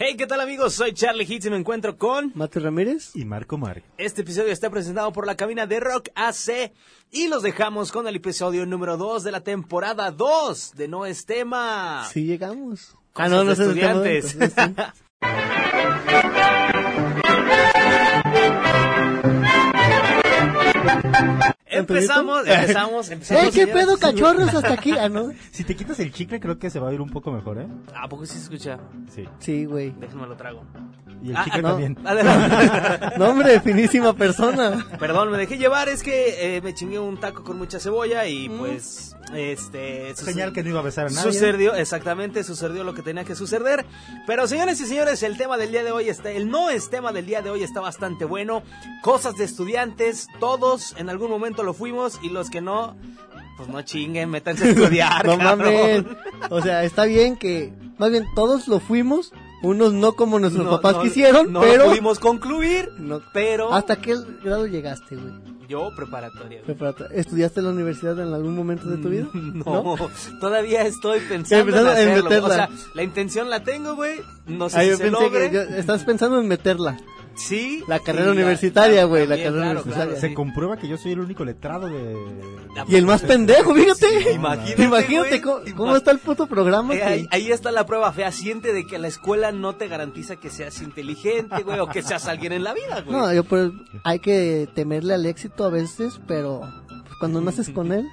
Hey, ¿qué tal amigos? Soy Charlie Hitz y me encuentro con... Mate Ramírez. y Marco Mar. Este episodio está presentado por la cabina de Rock AC y los dejamos con el episodio número 2 de la temporada 2 de No es tema. Sí llegamos. Cosas de Ah, sé, Ah. estudiantes. no, entonces, sí. Empezamos, empezamos, empezamos. ¡Eh, qué señores. pedo, cachorros! Hasta aquí. Ah, no. Si te quitas el chicle, creo que se va a oír un poco mejor, ¿eh? Ah, ¿A poco sí se escucha? Sí. Sí, güey. Déjenme lo trago. Y el Ah, chicle ah, no. también. Adelante. Nombre, finísima persona. Perdón, me dejé llevar, es que eh, me chingué un taco con mucha cebolla y pues, este... sus- Señal que no iba a besar a nadie. Sucedió, exactamente, sucedió lo que tenía que suceder. Pero señores y señores, el tema del día de hoy está, el no es tema del día de hoy está bastante bueno. Cosas de estudiantes, todos en algún momento lo fuimos y los que no, pues no chinguen, métanse a estudiar. No Ah, cabrón. mames. O sea, está bien que. Más bien, todos lo fuimos. Unos no como nuestros No, pues papás no, quisieron, no pero. lo pudimos concluir, No. pero ¿Hasta qué grado llegaste, güey? yo preparatoria. güey. Prepárate. ¿Estudiaste en la universidad en algún momento de tu vida? Mm, No, todavía estoy pensando en Empezando en hacerlo. güey. o meterla. sea, la intención la tengo, güey. No sé Ah, si yo se pensé logre. que yo- estás pensando en meterla. Sí. La sí, carrera universitaria, güey, la también, carrera claro, universitaria. claro, Se sí. comprueba que yo soy el único letrado de... La- Y el más pendejo, fíjate. Imagínate, güey, cómo, imag- cómo está el puto programa. Eh, que- ahí, ahí está la prueba fehaciente de que la escuela no te garantiza que seas inteligente, güey, o que seas alguien en la vida, güey. No, yo pues hay que temerle al éxito a veces, pero pues, cuando naces con él,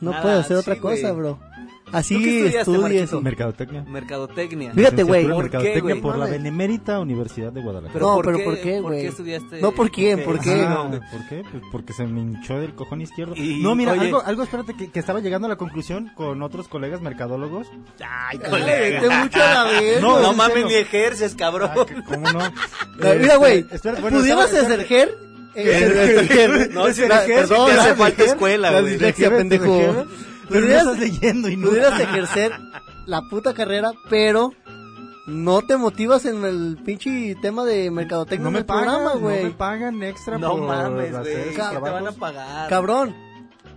no Nada, puedes hacer sí, otra cosa, güey. bro. ¿Tú Así qué estudiaste, estudies. Marquito? Mercadotecnia. Mercadotecnia. Mira, Fíjate, güey. Licenciatura en ¿Por qué, Mercadotecnia güey? por la Mames. Benemérita Universidad de Guadalajara. No, pero ¿por qué, ¿Por güey? qué estudiaste? No, ¿por quién? ¿Por qué? Ah, no, güey. ¿Por qué? Pues porque se me hinchó del cojón izquierdo. Y- no, mira, oye. algo, algo, espérate, que, que estaba llegando a la conclusión con otros colegas mercadólogos. Ay, Ay, vete colega. mucho a la verga. No, No, no en mames, serio. ni ejerces, cabrón. Ah, que- ¿Cómo no? Este, Eh, Mira, güey, espérate, bueno, pudieras estaba- hacer ger. Eh, Ejercer. No, si La- ejerces, perdón, te hace la- falta escuela, la güey. dislexia, Ejercer, pendejo. ejercer. Pero no Pudieras- estás leyendo y no. Pudieras ejercer la puta carrera, pero no te motivas en el pinche tema de mercadotecnia no me del programa, pagan, güey. No me pagan extra No por mames, güey. hacer ¿qué esos te van a trabajos. pagar? Cabrón,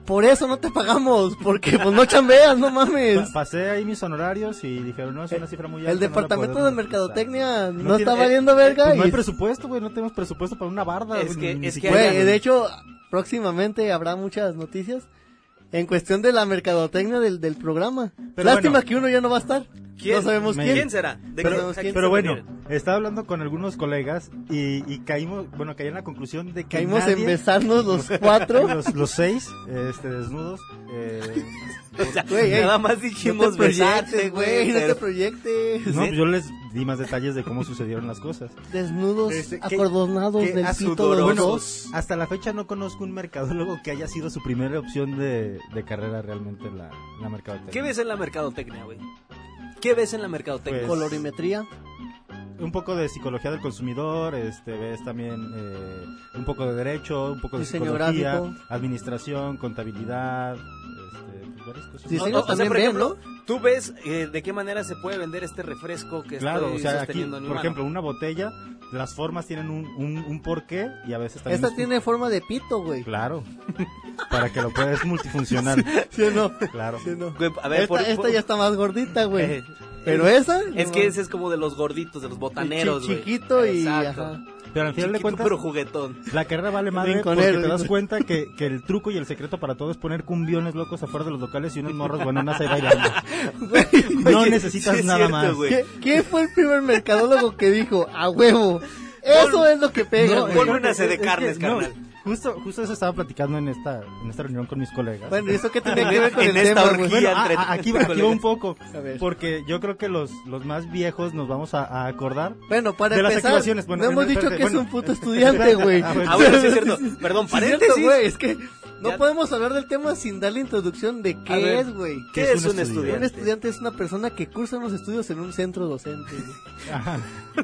por eso no te pagamos, porque pues no chambeas, no mames. Pa- Pues, Pasé ahí mis honorarios y dijeron, no, es una cifra muy alta. El no la departamento de podemos mercadotecnia no, No tiene- está eh, valiendo utilizar". verga. Pues no hay y- presupuesto, güey, no tenemos presupuesto para una barda. Es güey, que- ni es que siquiera. hay- Güey, de hecho, próximamente habrá muchas noticias en cuestión de la mercadotecnia del, del programa. Pero Lástima bueno. que uno ya no va a estar. ¿Quién? No sabemos Me- quién. ¿Quién será? ¿De Pero- qué- a quién Pero se bueno, refiere? estaba hablando con algunos colegas y, y caímos, bueno, caí en la conclusión de que Caímos en nadie- besarnos los cuatro. los, los seis, este, desnudos. eh, O sea, Güey, ey, nada más no dijimos te besarte, proyectes, güey, no te pero- proyectes. no, pues, yo les di más detalles de cómo sucedieron las cosas. Desnudos, Este, que- acordonados que del a pito sudor- los bueno, dos. Hasta la fecha no conozco un mercadólogo que haya sido su primera opción de, de carrera realmente en la, en la mercadotecnia. ¿Qué ves en la mercadotecnia, güey? ¿Qué ves en la mercadotecnia? Pues- Colorimetría. Un poco de psicología del consumidor, este, ves también eh, un poco de derecho, un poco de Diseño psicología, gráfico. administración, contabilidad, este, pues, varias cosas. Sí, No, sí, no, los o sea, también por ven, ejemplo, Pues, tú ves eh, de qué manera se puede vender este refresco que Claro, estoy o sea, aquí, sosteniendo en mi por mano. ejemplo, una botella, las formas tienen un, un, un porqué y a veces también... Esta es- tiene forma de pito, güey. Claro, para que lo puedas multifuncional. ¿Sí o no? Claro. ¿Sí o no? Güey, a ver, esta, por- esta por- ya está más gordita, güey. Eh, Pero esa. Es no, que ese es como de los gorditos, de los botaneros, chi- güey. chiquito y- Exacto. ajá. Pero al final Chiquito, de cuentas, pero juguetón. la carrera vale madre Rinconero, porque te dice. das cuenta que, que el truco y el secreto para todo es poner cumbiones locos afuera de los locales y unos morros buenonas ahí bailando. No Oye, necesitas sí es nada cierto, más. güey. ¿Qué- ¿Quién fue el primer mercadólogo que dijo, a huevo? Eso es lo que pega, No, güey"? ponme una Es sed de que- carnes, no, carnal. Justo, justo eso estaba platicando en esta, en esta reunión con mis colegas. Bueno, ¿y eso qué tenía que ver con En el esta tema, güey? orgía. Bueno, Y entre- a- a- aquí, aquí va un poco, A ver. porque yo creo que los, los más viejos nos vamos a, a acordar. Bueno, para De las empezar, aclaraciones, bueno, no en- hemos dicho espérate, que es bueno. un puto estudiante, güey. Ah, bueno. Ah, bueno, sí es cierto. Perdón, pues, Sí, es cierto, paréntesis. güey, es que no Ya- podemos hablar del tema sin dar la introducción de qué A ver. es, güey. ¿Qué es un Un estudiante? estudiante es una persona que cursa unos estudios en un centro docente. güey. Ajá.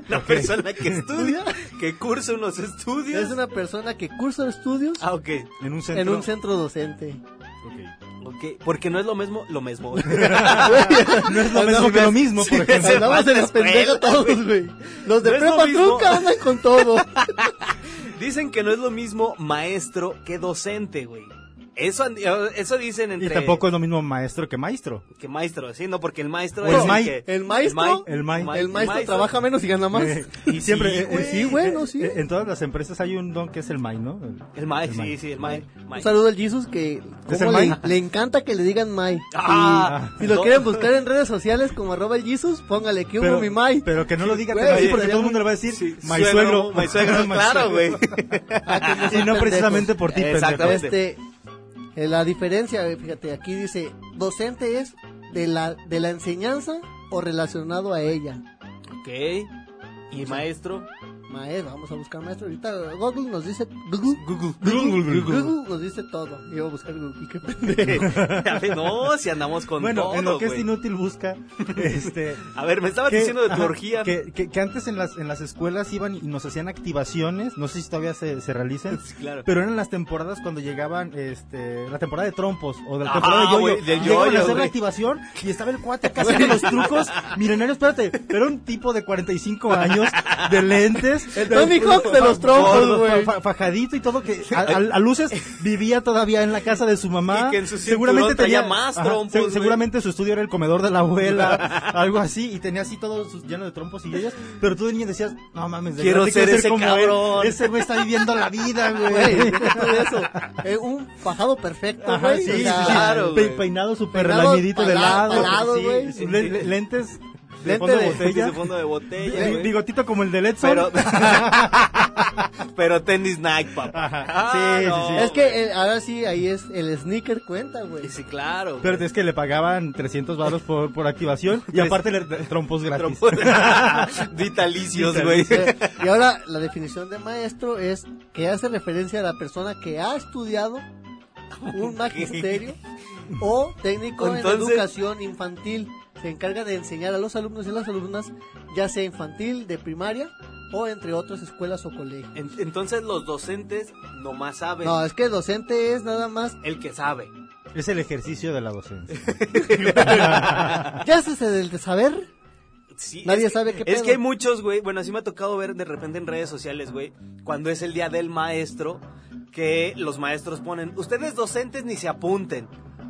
Una persona que estudia, ¿Estudia? que cursa unos estudios. Es una persona que cursa estudios Ah, ok. En un centro. en un centro docente. Ok. Ok, porque no es lo mismo, lo mismo. No es lo mismo que lo mismo, por ejemplo. Hablamos de falta los pendejos escuela, todos, güey. Los de No es lo prepa mismo. truca andan con todo. Dicen que no es lo mismo maestro que docente, güey. Eso, han- eso dicen entre... Y tampoco es lo mismo maestro que maestro. Que maestro, sí, no, porque el maestro O Pues el es mai- que- el maestro, mai- el mai- El, maestro trabaja menos y gana más. Eh, y siempre. Sí, eh, güey. eh, Sí, güey, no, sí. eh, En todas las empresas hay un don que es el Mai, ¿no? El mai, El sí, mai. sí, el mai. mai. Un saludo al Jesus que ¿Es cómo el le, Mai? le encanta que le digan Mai. Ah, si lo no. quieren buscar en redes sociales como arroba el Jesus, póngale que hubo Pero, mi Mai. pero que no lo diga güey, tan así, sí, porque pero todo ya- el mundo le va a decir Sí, my suegro, suegro. my suegro, my claro, suegro". güey. Ah, que Y no son precisamente pendejos. por ti, pendejo. Exactamente. Este, eh, la diferencia, eh, fíjate, aquí dice, docente es de la, de la enseñanza o relacionado a ella. ok. Y maestro, Maestro, vamos a buscar maestro. Ahorita Google nos dice, Google, Google, Google, Google, Google. nos dice todo. Yo voy a buscar Google, y qué pendejo. no, si andamos con Bueno, todo, en lo que es güey. inútil busca, este... A ver, me estabas diciendo de tu ajá, orgía. Que, que- que antes en las, en las escuelas iban y nos hacían activaciones, no sé si todavía se, se realicen, Sí, claro. pero eran las temporadas cuando llegaban, este, la temporada de trompos o de la Ajá, temporada de güey, yoyo. del Llegaban yoyo, a hacer la güey. activación y estaba el cuate acá haciendo los trucos. Milenario, espérate, era un tipo de 45 años, de lentes. El Tony Hawk de los trompos, Gordo, güey. fa- fa- fajadito y todo, que a, a- a luces vivía todavía en la casa de su mamá. Y que en su seguramente cinturón traía tenía más trompos, se- güey. seguramente su estudio era el comedor de la abuela, algo así, y tenía así todo sus- lleno de trompos y ellos. Pero tú de niño decías, no mames, de Quiero grande ser ese él. cabrón. Ese güey está viviendo la vida, Güey, güey. deja todo eso. Eh, un fajado perfecto, Ajá, güey. sí, o sí, sea, sí. claro, Pe- güey. peinado súper Peinado lañidito de palado, lado, palado, sí, güey. sí, le- le- lentes Lente de fondo de de- Ese botella, fondo de botella, bi- güey. bigotito como el de Edson. Pero, pero tenis Nike, papá. Ajá. Ah, Sí, sí, no, sí. Es que eh, ahora sí, ahí es el sneaker cuenta, güey. Sí, claro. güey. Pero es que le pagaban 300 baros por, por activación y aparte le, le- trompos gratis. Trompo- Vitalicios, güey. Eh, Y ahora la definición de maestro es que hace referencia a la persona que ha estudiado un magisterio o técnico Entonces- en educación infantil. Se encarga de enseñar a los alumnos y a las alumnas, ya sea infantil, de primaria o entre otras escuelas o colegios. En- Entonces los docentes nomás saben No, es que docente es nada más. el que sabe. Es el ejercicio de la docencia. Ya se del de saber. Sí, Nadie es que- sabe qué Es pedo. que hay muchos, güey. Bueno, así me ha tocado ver de repente en redes sociales, güey, cuando es el día del maestro, que los maestros ponen, ustedes docentes ni se apunten.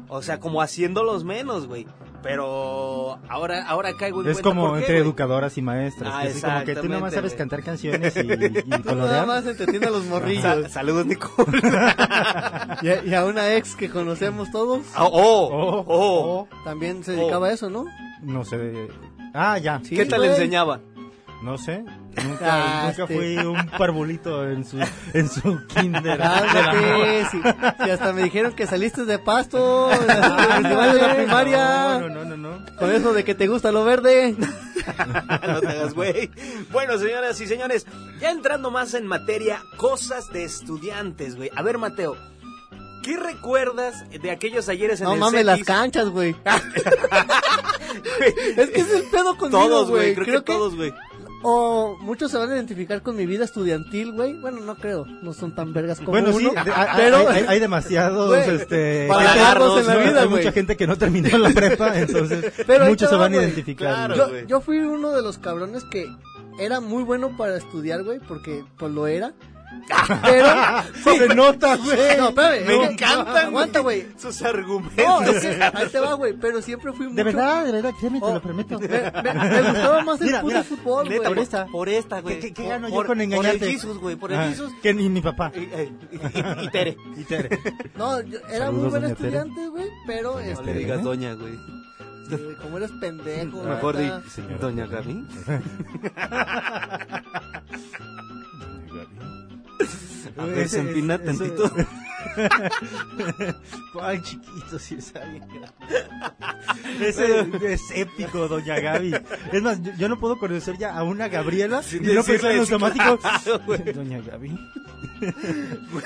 O sea, como haciéndolos menos, güey. Pero ahora, ahora caigo en Es cuenta como Pues, por qué, entre güey. educadoras y maestras. Ah, que así como que tú nada más exactamente, sabes güey. cantar canciones y, y Tú nada colorear. más entretiene a los Sa- morrillos. saludos, Nicole. y, a, y a una ex que conocemos todos. Ah, oh, Oh, oh. oh, También se dedicaba a eso, ¿no? no sé. Ah, ya. Sí. ¿Qué tal güey. enseñaba? No sé. Nunca, Ah, nunca este. fui un parvulito en su, en su kinder. Ah, Cálmate, si, si hasta me dijeron que saliste de pasto en la- en el festival de la primaria. Ah, No, no, no, no. no. Con eso de que te gusta lo verde. no te hagas, güey. Bueno, señoras y señores, ya entrando más en materia, cosas de estudiantes, güey. A ver, Mateo, ¿qué recuerdas de aquellos ayeres en No el mames, las CX? canchas, güey. es que es el pedo conmigo, Todos, güey, creo, que, todos, güey. O muchos se van a identificar con mi vida estudiantil, güey. Bueno, no creo. No son tan vergas como Bueno, sí, uno. de- hay- pero... hay, hay demasiados Güey, este, para lagartos en la No, vida, hay güey. mucha gente que no terminó la prepa, entonces Pero ahí muchos te se va, van a güey. identificar. Claro, güey. yo, güey. yo fui uno de los cabrones que era muy bueno para estudiar, güey, porque pues lo era. Pero Se nota, güey. No, espérame. Me No, encantan Aguanta, güey. sus argumentos. No, es que ahí te va, güey, pero siempre fui mucho. De verdad, de verdad, créeme, te Oh, lo prometo. Me, me- me gustaba más el Mira, puto mira, fútbol, Neta, por güey. esta, por esta, güey. ¿Qué- qué- qué gano yo Por- con engañarte? Por el Jesus, güey, por el Ah, Jesus. Que ni mi papá. Y, eh, y- y- y Tere. Y Tere. No, yo era muy Saludos, buen doña Tere. estudiante, güey, pero No le este, digas doña, güey. güey, como eres pendejo. Mejor di, neta. Señora. doña Gaby. A ver, Ese- se empina ese- tantito. Ay, chiquito, sí está bien grande. Ese es épico, doña Gaby. Es más, yo, yo no puedo conocer ya a una Gabriela Sin y no pensar en decirle, sí, automático. claro, güey. doña Gaby.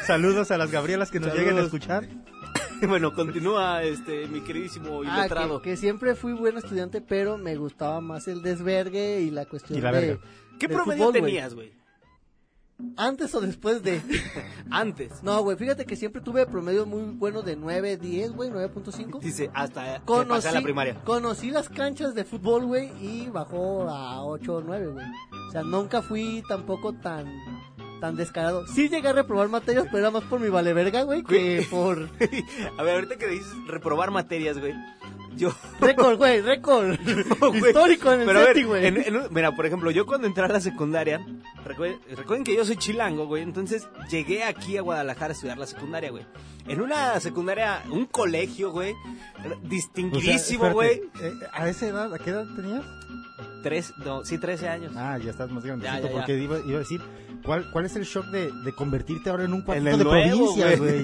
Saludos a las Gabrielas que nos Saludos. lleguen a escuchar. Bueno, continúa, este, mi queridísimo Ah, iletrado. que, que siempre fui buen estudiante, pero me gustaba más el desvergue y la cuestión Y la de... verga. ¿Qué del promedio fútbol, güey. tenías, güey? Antes o después de... Antes. No, güey, fíjate que siempre tuve promedio muy bueno de 9, 10, güey, 9.5. Dice, hasta que pasé a Conocí, la primaria. conocí las canchas de fútbol, güey, y bajó a 8 o 9, güey. O sea, nunca fui tampoco tan tan descarado. Sí llegué a reprobar materias, pero era más por mi vale verga, güey, que por A ver, ahorita que dices reprobar materias, güey. Yo. récord, güey, récord güey. histórico en el Pero a ver, SETI, güey. en- en un- mira, por ejemplo, yo cuando entré a la secundaria, recue- recuerden, que yo soy chilango, güey, entonces llegué aquí a Guadalajara a estudiar la secundaria, güey. En una secundaria, un colegio, güey, r- O sea, distinguidísimo, güey. espérate, eh, ¿A esa edad, a qué edad tenías? Tres, no, sí, 13 años. Ah, ya estás más grandecito, Ya, ya, ya. porque iba, iba a decir, ¿cuál, ¿cuál es el shock de, de convertirte ahora en un cuatito En el de nuevo, provincias, güey?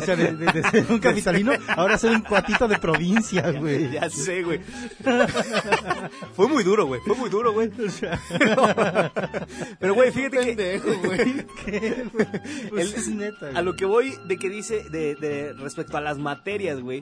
O sea, de, de- de ser un capitalino, ahora ser un cuatito de provincias, güey. Ya sé, güey. fue muy duro, güey. Fue muy duro, güey. Pero, güey, fíjate que... Pendejo, güey. Pues El- es neta, A güey. lo que voy de que dice de, de respecto a las materias, güey.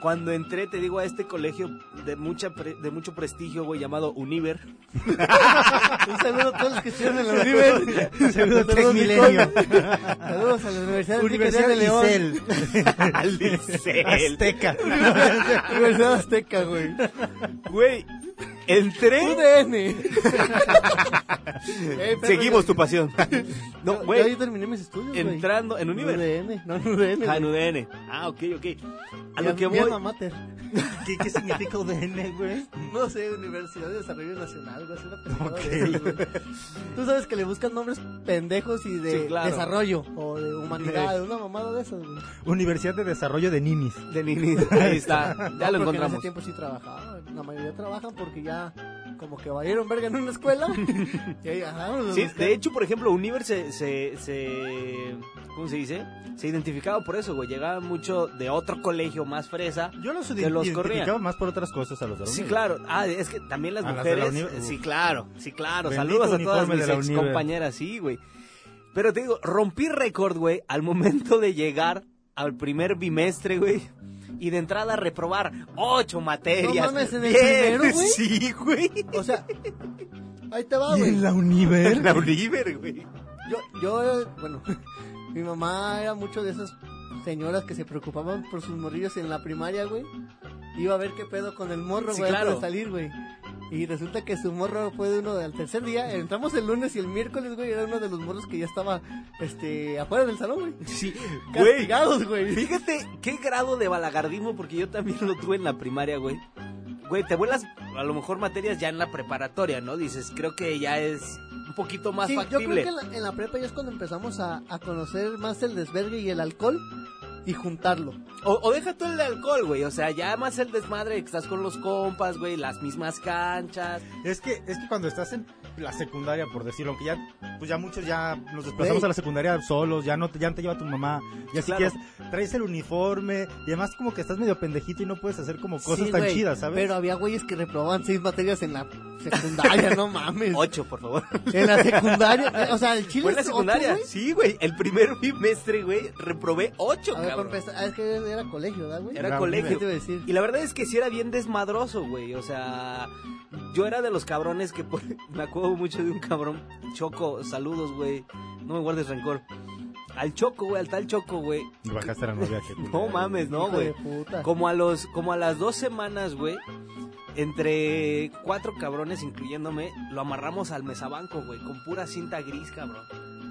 Cuando entré, te digo, a este colegio de mucha pre- de mucho prestigio, güey, llamado Univer. Un saludo a todos los que estuvieron en la Univer. Un saludo a Tec Saludos, Milenio. Nicole. Saludos a la Universidad Enrique Universidad Díaz de León. Isel, Al Licel. Azteca. Universidad Azteca, güey. Güey, entré. UDN. Ey, perro, Seguimos yo- tu pasión. No, yo- Yo ahí güey, terminé mis estudios, güey. entrando en Univer. UDN, no en UDN. Ah, güey. en UDN. Ah, ok, ok. A Ya- lo que ya voy. no mater. ¿Qué, ¿Qué significa UDN, güey? No sé, Universidad de Desarrollo Nacional, güey. Es una pendejada de esas, güey. Tú sabes que le buscan nombres pendejos y de Sí, claro. desarrollo o de humanidad, una mamada de esas, güey. Universidad de Desarrollo de Ninis. De Nini. Ahí está. Ya lo Porque En ese encontramos. tiempo sí trabajaba. La mayoría trabajan porque ya como que valieron verga en una escuela. y ahí, ajá, los Sí, buscan. de hecho, por ejemplo, Univer se, se, se- ¿Cómo se dice? Se identificaba por eso, güey. Llegaba mucho de otro colegio más fresa. Yo los Que los identificaba corrían. más por otras cosas a los de la Sí, UNIVER. claro. Ah, es que también las A las de la mujeres. eh, Univer- sí, claro, sí, claro. Bendito Saludos a todas uniforme mis de la ex Univer. compañeras, sí, güey. Pero te digo, rompí récord, güey, al momento de llegar al primer bimestre, güey. Y de entrada reprobar ocho materias. mames, ¿en el Bien, primero, güey? Sí, güey. O sea, ahí te va, ¿Y güey. en la Univer? La Univer, güey. Yo, yo, eh, bueno, mi mamá era mucho de esas señoras que se preocupaban por sus morrillos en la primaria, güey. Iba a ver qué pedo con el morro, Sí, güey, antes claro. de salir, güey. Y resulta que su morro fue de uno del tercer día. Entramos el lunes y el miércoles, güey, era uno de los morros que ya estaba, este, afuera del salón, güey. Sí, güey. Castigados, güey. Fíjate qué grado de balagardismo, porque yo también lo tuve en la primaria, güey. Güey, te vuelas a lo mejor materias ya en la preparatoria, ¿no? Dices, creo que ya es un poquito más Sí, yo factible. creo que en la, en la prepa ya es cuando empezamos a, a conocer más el desvergue y el alcohol y juntarlo. o, o deja tú el de alcohol, güey. O sea, ya más el desmadre que estás con los compas, güey, las mismas canchas. Es que, es que cuando estás en la secundaria, por decirlo, aunque ya, pues ya muchos ya nos desplazamos Güey. a la secundaria solos, ya no, te- ya no te lleva tu mamá, ya si Claro. quieres, traes el uniforme, y además como que estás medio pendejito y no puedes hacer como cosas Sí, tan güey, chidas, ¿sabes? Pero había güeyes que reprobaban seis materias en la secundaria, no mames. Ocho, por favor. En la secundaria, eh, o sea, el chile ¿Fue en la es ocho, secundaria? güey. sí, güey. El primer bimestre, güey, reprobé ocho, A ver, para cabrón. empezar, ah, es que era colegio, ¿verdad, güey? Era La ¿Qué colegio. te iba a decir? Y la verdad es que sí era bien desmadroso, güey. O sea, yo era de los cabrones que por- me acuerdo mucho de un cabrón. Choco, saludos, güey. No me guardes rencor. Al Choco, güey, al tal Choco, güey. Y bajaste a la novia que No mames, no, Hijo de güey. puta. Como a los, como a las dos semanas, güey. Entre cuatro cabrones, incluyéndome, lo amarramos al mesabanco, güey, con pura cinta gris, cabrón.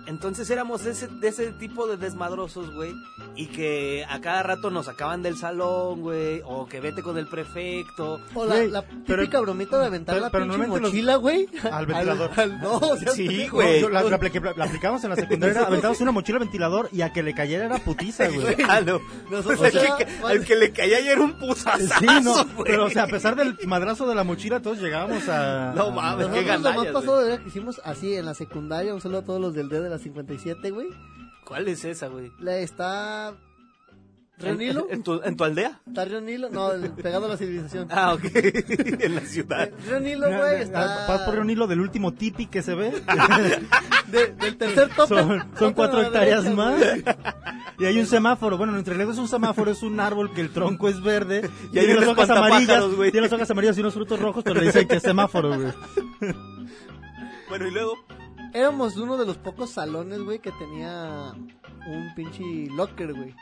Entonces éramos de ese, de ese tipo de desmadrosos, güey, y que a cada rato nos sacaban del salón, güey, o que vete con el prefecto. O la, Güey, la pero- típica bromita de aventar pero- la pero pinche normalmente los- mochila, güey. al ventilador. Al, al- no, o sea, Sí, pendejo. güey. la, la apli- la aplicamos en la secundaria, era, aventabas una mochila ventilador y a que le cayera era putiza, güey. Ah, no. Nosotros- Al que- o sea, al que le caía ya era un putazazo, Sí, no, güey. pero o sea, a pesar del madrazo de la mochila, todos llegábamos a... No mames, a- qué Nosotros lo más gandallas, pasado era que hicimos así en la secundaria, un saludo a todos los del D de la 57, güey. ¿Cuál es esa, güey? La está ¿En, Renilo, en tu, en tu aldea? está Renilo, no, el- pegado a la civilización. Ah, ok. en la ciudad. Renilo, güey, Ah, está Vas por un hilo del último tipi que se ve. de- del tercer tope. son, tope a son la cuatro derecha, hectáreas güey. más. Y hay un semáforo. Bueno, entre legos es un semáforo, es un árbol que el tronco es verde. Y hay un tiene las hojas amarillas. espantapájaros, güey. Tiene las hojas amarillas y unos frutos rojos, pero le dicen que es semáforo, güey. Bueno, y luego. Éramos uno de los pocos salones, güey, que tenía un pinche locker, güey.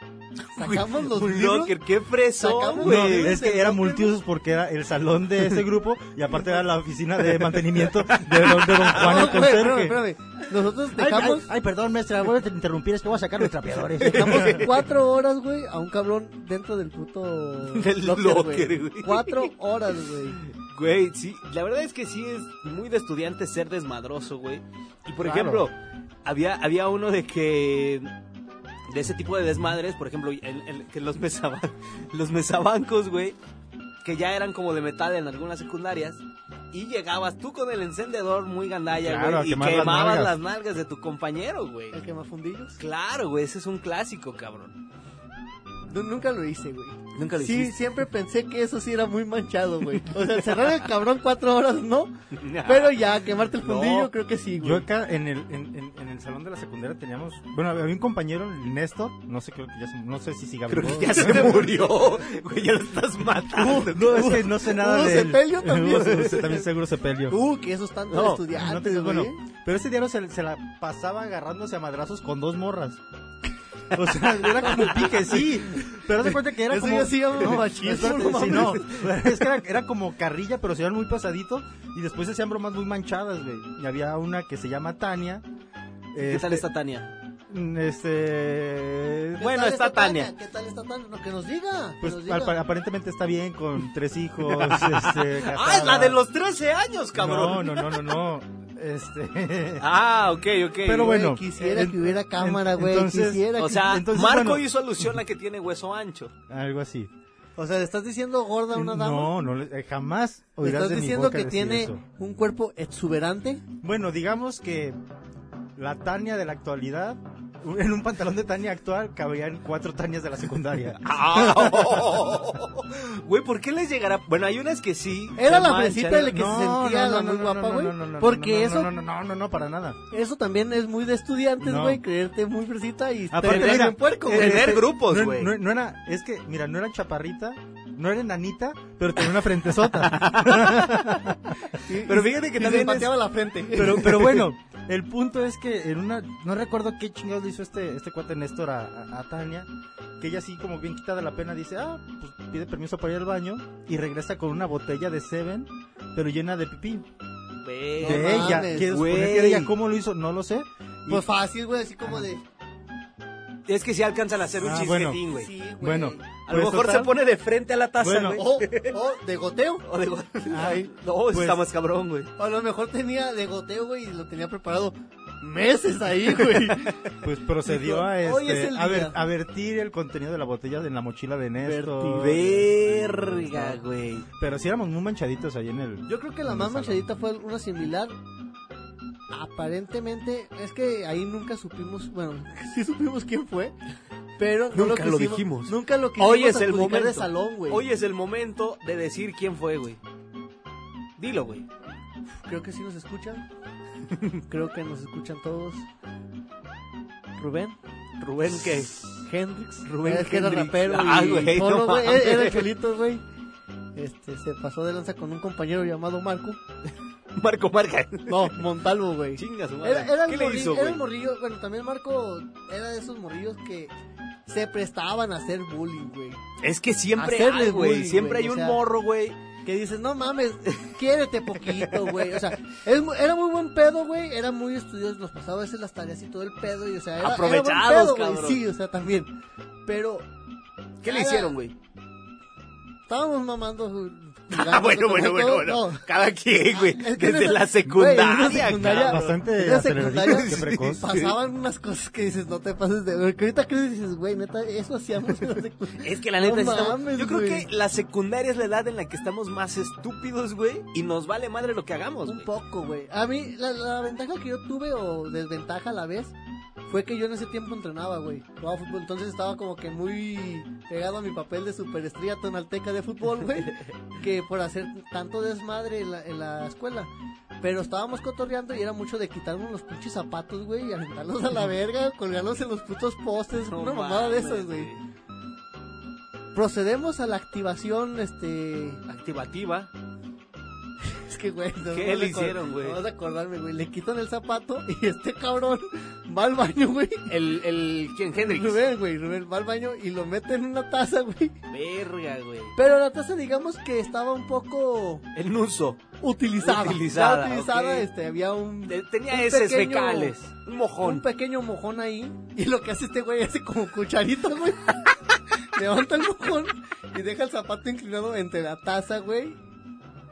Sacamos los Un libros. locker, qué fresón, Sacamos güey. No, güey. es que era multiusos porque era el salón de ese grupo y aparte era la oficina de mantenimiento de don, de don Juan Ah, No, el güey, espérame, conserje. espérame. Nosotros dejamos, perdón, maestra, voy a interrumpir, es que voy a sacar los trapeadores. dejamos cuatro horas, güey, a un cabrón dentro del puto Del locker, güey. Cuatro horas, güey. Güey, sí, la verdad es que sí es muy de estudiante ser desmadroso, güey. Y por Claro. ejemplo, había, había uno de que. De ese tipo de desmadres, por ejemplo, el- el- que los, mesaban- los mesabancos, güey, que ya eran como de metal en algunas secundarias, y llegabas tú con el encendedor muy gandalla, Claro, güey, a y quemar las quemabas nalgas. las nalgas de tu compañero, güey. El quemafundillos. Claro, güey, ese es un clásico, cabrón. Nu- nunca lo hice, güey. Nunca lo Sí, hiciste. siempre pensé que eso sí era muy manchado, güey. O sea, cerrar el cabrón cuatro horas, no. Pero ya, quemarte el No. fundillo, creo que sí, Yo güey. acá en el, en, en- en el salón de la secundaria teníamos, bueno, había un compañero, el Néstor, no sé, creo que ya se- no sé si siga Creo vivo. que ya se murió, güey, ya lo estás matando. No, es que no sé nada Hubo de él. sepelio también. Hubo se- también seguro sepelio. Uh, que esos tantos No, estudiantes, no te digo, güey. bueno, pero ese diario se, se la pasaba agarrándose a madrazos con dos morras. O sea, era como pique, sí. Pero haz de cuenta que era Eso como. ya sí llama machismo, espérate, no sí, mames. no. Es que era, era como carrilla, pero se iban muy pasadito. Y después se hacían bromas muy manchadas, güey. Y había una que se llama Tania. ¿Qué tal este, está Tania? Este. ¿Qué Bueno, tal está Tania. ¿Qué tal está Tania? No, que nos diga. que Pues nos diga. apa- aparentemente está bien con tres hijos. este, Ah, es la de casada. los 13 años, cabrón. No, no, no, no, no. Este. Ah, ok, ok. Pero Güey, bueno, Quisiera en- que hubiera cámara, en- güey. entonces- Quisiera o que- sea, entonces, Marco bueno. hizo alusión a que tiene hueso ancho. Algo así. o sea, le estás diciendo gorda a una dama. No, no, le- eh, jamás ¿Le oirás estás de mi diciendo boca que decir tiene eso. un cuerpo exuberante? Bueno, digamos que la Tania de la actualidad, un- en un pantalón de Tania actual cabrían cuatro Tanias de la secundaria. Güey, ¿por qué les llegará? Bueno, hay unas que sí. Era se la manchan. fresita de la que se sentía la muy guapa, güey. Porque no, eso, No, no, no, no, no, para nada. eso también es muy de estudiantes, No. güey. Creerte muy fresita y Aparte, tener mira, bien puerco, Tener Pues, güey. Este, grupos, no- güey. No, no era, es que, mira, no era chaparrita, no era enanita, pero tenía una frentezota. Pero fíjate que Y también se es- pateaba la frente. pero, pero bueno, el punto es que en una, no recuerdo qué chingados le hizo este, este cuate Néstor a, a- a Tania, que ella así como bien quitada la pena dice, ah, pues pide permiso para ir al baño y regresa con una botella de Seven, pero llena de pipí. Güey. de no ella, mames, quiero suponer güey. que era ella, ¿cómo lo hizo? No lo sé. Y- Pues fácil, güey, así como de... Es que sí alcanzan a hacer un Ah, chisquetín, güey. Sí, güey. bueno, A lo pues, mejor total, se pone de frente a la taza, Bueno. güey. O, o de goteo. O de... Ay, no, eso pues- está más cabrón, güey. O a lo mejor tenía de goteo, güey, y lo tenía preparado meses ahí, güey. Pues procedió a, Dijo, "Hoy este, es el a, ver- día". a vertir el contenido de la botella en la mochila de Néstor. Verga, güey. Pero sí éramos muy manchaditos ahí en el... Yo creo que la En más el salón. manchadita fue una similar. Aparentemente, es que ahí nunca supimos, bueno, sí supimos quién fue, pero no Nunca lo quisimos- dijimos. Nunca lo quisimos Hoy es el adjudicar momento. de salón, güey. Hoy es el momento de decir quién fue, güey. Dilo, güey. Creo que sí nos escuchan. Creo que nos escuchan todos. Rubén, Rubén, ¿qué? Hendrix, Rubén es que era Hendrix. rapero Ah, y güey, solo, no güey, mames. era el cholito, güey. Este, se pasó de lanza con un compañero llamado Marco. Marco Marca. No, Montalvo, güey. Chinga su madre. Era, era el ¿Qué morri- le hizo, era güey? el morrillo, bueno, también Marco era de esos morrillos que se prestaban a hacer bullying, güey. Es que siempre Hacerle hay, güey. bullying, Siempre güey, hay o un sea- morro, güey. Que dices, no mames, quiérete poquito, güey. O sea, es mu- era muy buen pedo, güey. Era muy estudioso, nos pasaba a veces las tareas y todo el pedo. Y, o sea, era, era buen Aprovechados, pedo, güey. cabrón. Sí, o sea, también. Pero ¿Qué le Cada- hicieron, güey? estábamos mamando. Ah, bueno, bueno, bueno, bueno. Cada Ah, quien, güey. Desde la secundaria, secundaria- cabrón. Bastante en la aceleraditos, secundaria qué precoz. pasaban unas cosas que dices, no te pases de... ver", Que ahorita crees y dices, güey, neta, eso hacíamos en la secundaria. Es que la neta, No sí estamos- mames, yo creo güey. que la secundaria es la edad en la que estamos más estúpidos, güey, y nos vale madre lo que hagamos, Un pues, güey. poco, güey. A mí, la, la ventaja que yo tuve, o desventaja a la vez, fue que yo en ese tiempo entrenaba, güey. Jugaba fútbol, entonces estaba como que muy pegado a mi papel de superestrella tonalteca de fútbol, güey. que por hacer tanto desmadre en la, en la escuela. Pero estábamos cotorreando y era mucho de quitarnos los pinches zapatos, güey, y aventarlos a la verga, colgarlos en los putos postes, una mamada de mames, esas, güey. Procedemos a la activación, este... Activativa. Es que, güey, no ¿Qué me vas le a acor- hicieron, güey? No vas a acordarme, güey. Le quitan el zapato y este cabrón va al baño, güey. El, el, ¿quién? Hendrix. Rubén, güey, Rubén va al baño y lo mete en una taza, güey. Verga, güey. Pero la taza, digamos que estaba un poco El Nuso. utilizada. Utilizada, Estaba utilizada, ok. este, había un, Te- Tenía Un heces pequeño- fecales. Un un mojón. pequeño mojón ahí. Y lo que hace este güey hace como cucharita, güey. Levanta el mojón y deja el zapato inclinado entre la taza, güey.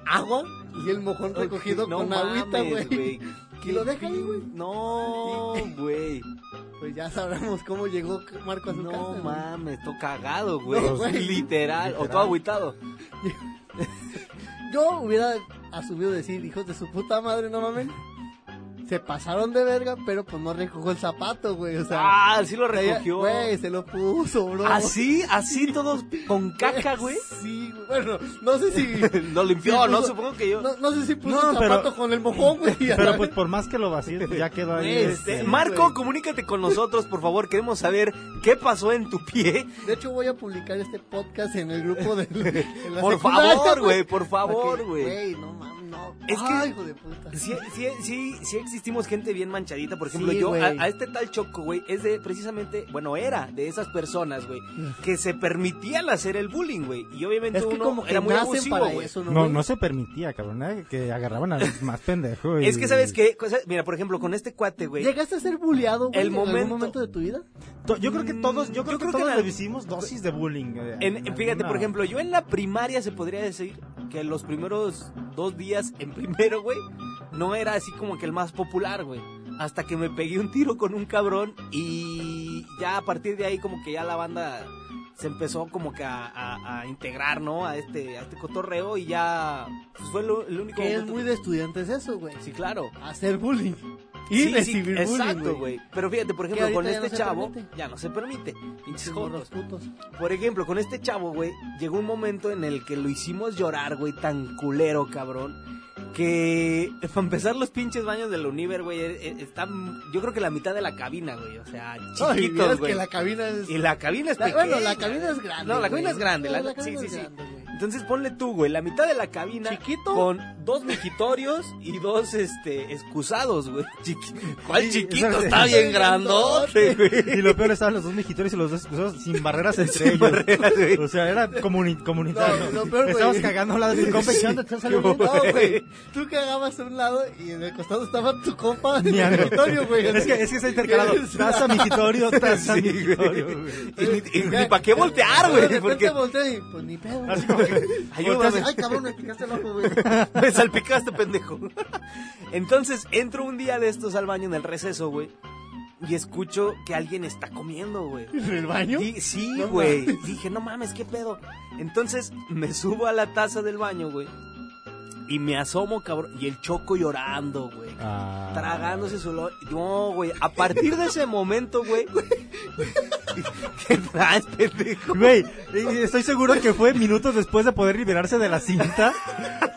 Agua y el mojón recogido No con agüita, mames, güey. Qué lo deja ahí, güey. pin- No, güey. Pues ya sabremos cómo llegó Marco a su casa. No güey. mames, estoy cagado, güey. No, güey. Literal. O Literal. todo agüitado. Yo hubiera asumido decir, hijos de su puta madre, no mames. Se pasaron de verga, pero pues no recogió el zapato, güey. O sea, Ah, sí lo ella- recogió. güey, se lo puso, bro. Así, así todos con caca, güey. Sí, güey. Bueno, no sé si. Lo limpió, Sí, ¿no? puso- Supongo que yo. No, no sé si puso No, el pero- zapato con el mojón, güey. Pero pues por más que lo vacíes, pues, ya quedó ahí. Güey, este, sí. Marco, güey. comunícate con nosotros, por favor. Queremos saber qué pasó en tu pie. De hecho, voy a publicar este podcast en el grupo de. en la Por secundaria, favor, güey, por Para que- favor, güey. no mames, no. Es que- Ay, hijo de puta. Sí, sí, sí, sí existimos gente bien manchadita. Por ejemplo, Sí, yo a, güey. a este tal Choco, güey, es de precisamente, bueno, era de esas personas, güey, que se permitían hacer el bullying, güey. Y obviamente Es que uno como que era muy nacen abusivo, para güey. eso, ¿no? No, güey? no se permitía, cabrón. ¿eh? Que agarraban al más pendejo. y- Es que, ¿sabes qué? Cosa- Mira, por ejemplo, con este cuate, güey. ¿Llegaste a ser bulleado, güey, El en momento- algún momento de tu vida? To- Yo creo que todos, yo Mm, yo creo que creo que todos la- le hicimos dosis de bullying. eh, En- en fíjate, por alguna- ejemplo, yo en la primaria se podría decir que los primeros dos días en primero, güey, no era así como que el más popular, güey. Hasta que me pegué un tiro con un cabrón y ya a partir de ahí como que ya la banda se empezó como que a, a- a integrar, ¿no? A este, a este cotorreo y ya pues, fue lo- el único Que es momento muy de estudiantes eso, güey. que- Sí, claro. Hacer bullying. Y Sí, sí, recibir bullying, Exacto, güey. Pero fíjate, por ejemplo, ahorita con ya este no se chavo permite. ya no se permite. Pinches Esos jotos. morros putos. Por ejemplo, con este chavo, güey, llegó un momento en el que lo hicimos llorar, güey, tan culero, cabrón. Que para empezar los pinches baños del Univer, güey, e- e- están yo creo que la mitad de la cabina, güey. O sea, Ay, vieras chiquitos, güey. que la cabina es... Y la cabina es La- pequeña. bueno, la cabina es grande. No, la cabina es güey. grande. la- No, la cabina sí, es sí, sí. grande, güey. Entonces ponle tú, güey, la mitad de la cabina Chiquito. con dos mijitorios y dos, este, excusados, güey. Chiqui- ¿Cuál chiquito? exacto. Está bien grandote, güey. Y lo peor estaban los dos mejitores y los dos excusados sin barreras entre ellos. barreras, güey. O sea, era comuni comunitario. No, lo peor, güey. Estabas cagando al lado de tu compa y ¿qué onda? ¿Te salió bien? No, güey. Tú cagabas a un lado y en el costado estaba tu compa en el Miando. escritorio, güey. Es que, es que está intercalado. Taza mijitorio, taza Sí, mijitorio, güey. güey. Y ni- y ni pa' qué voltear, De güey, repente porque volteé y, pues ni pedo. Así como que- Ayúdame. Ay, cabrón, me picaste el ojo, güey. Me salpicaste, pendejo. Entonces, entro un día de estos al baño en el receso, güey. Y escucho que alguien está comiendo, güey. ¿En el baño? Di- Sí, No güey. mames. Dije, no mames, qué pedo. Entonces, me subo a la taza del baño, güey. Y me asomo, cabrón. Y el choco llorando, güey. Ah. Tragándose su olor. No, güey. A partir de ese momento, güey. ¿Qué traes, pendejo? Güey, eh, estoy seguro que fue minutos después de poder liberarse de la cinta.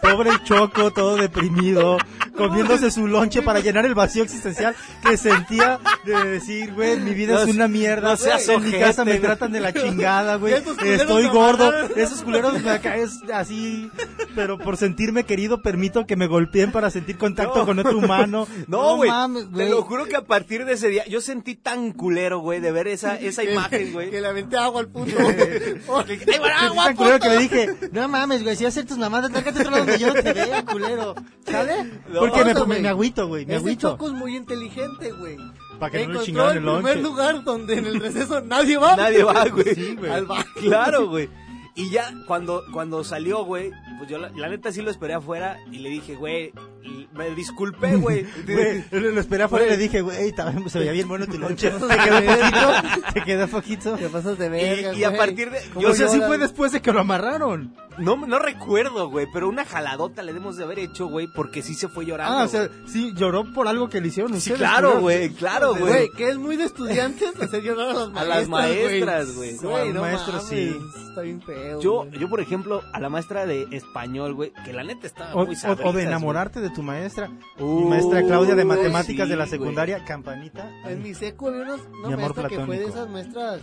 Pobre Choco, todo deprimido, comiéndose su lonche para llenar el vacío existencial que sentía de decir, güey, mi vida No es se- una mierda. no seas en mi ojete, casa me güey. tratan de la chingada, güey. Esos culeros Estoy me gordo. mataron. Esos culeros me caen así, pero por sentirme querido permito que me golpeen para sentir contacto No. con otro humano. No, güey. mames, te lo juro que a partir de ese día yo sentí tan culero, güey, de ver esa, esa imagen, güey. Que le aventé agua al puto, güey. ¡Ay, bueno, Sentí agua, tan culero puto! que le dije, no mames, güey, si vas a hacer tus mamadas, lárgate a otro lado donde yo no te vea, culero. ¿Sale? No, Porque me, no, me, güey. me agüito, güey, me Ese agüito. choco es muy inteligente, güey. Pa' que no le Encontró chingaran el primer lonche. lugar donde en el receso nadie va. Nadie va, güey. güey. Al bar. Claro, güey. Y ya cuando, cuando salió, güey, pues yo la, la neta sí lo esperé afuera y le dije, güey, y me disculpé, güey. Güey, lo, lo esperé afuera y le dije, güey, también se veía bien bueno tu lonche. Te quedó poquito, te quedó poquito. Te pasas de Y, verga, y a güey. partir de... ¿Cómo Yo O sea, sí lloran? fue después de que lo amarraron. no, no recuerdo, güey, pero una jaladota le debemos de haber hecho, güey, porque sí se fue llorando. Ah, o sea, güey. sí, lloró por algo que le hicieron Sí, ustedes, claro, culero. güey, claro, Güey, güey. que es muy de estudiantes hacer llorar a las A maestras. las maestras, güey. No, al maestro, mames, sí. Está bien feo. Yo, güey. yo, por ejemplo, a la maestra de español, güey, que la neta estaba O, muy o- o sabrita. de enamorarte de tu maestra. Mi Uh, maestra Claudia de sí, matemáticas de la güey. secundaria, campanita. En mi seco había unas- una Mi amor maestra que fue de platónico. esas maestras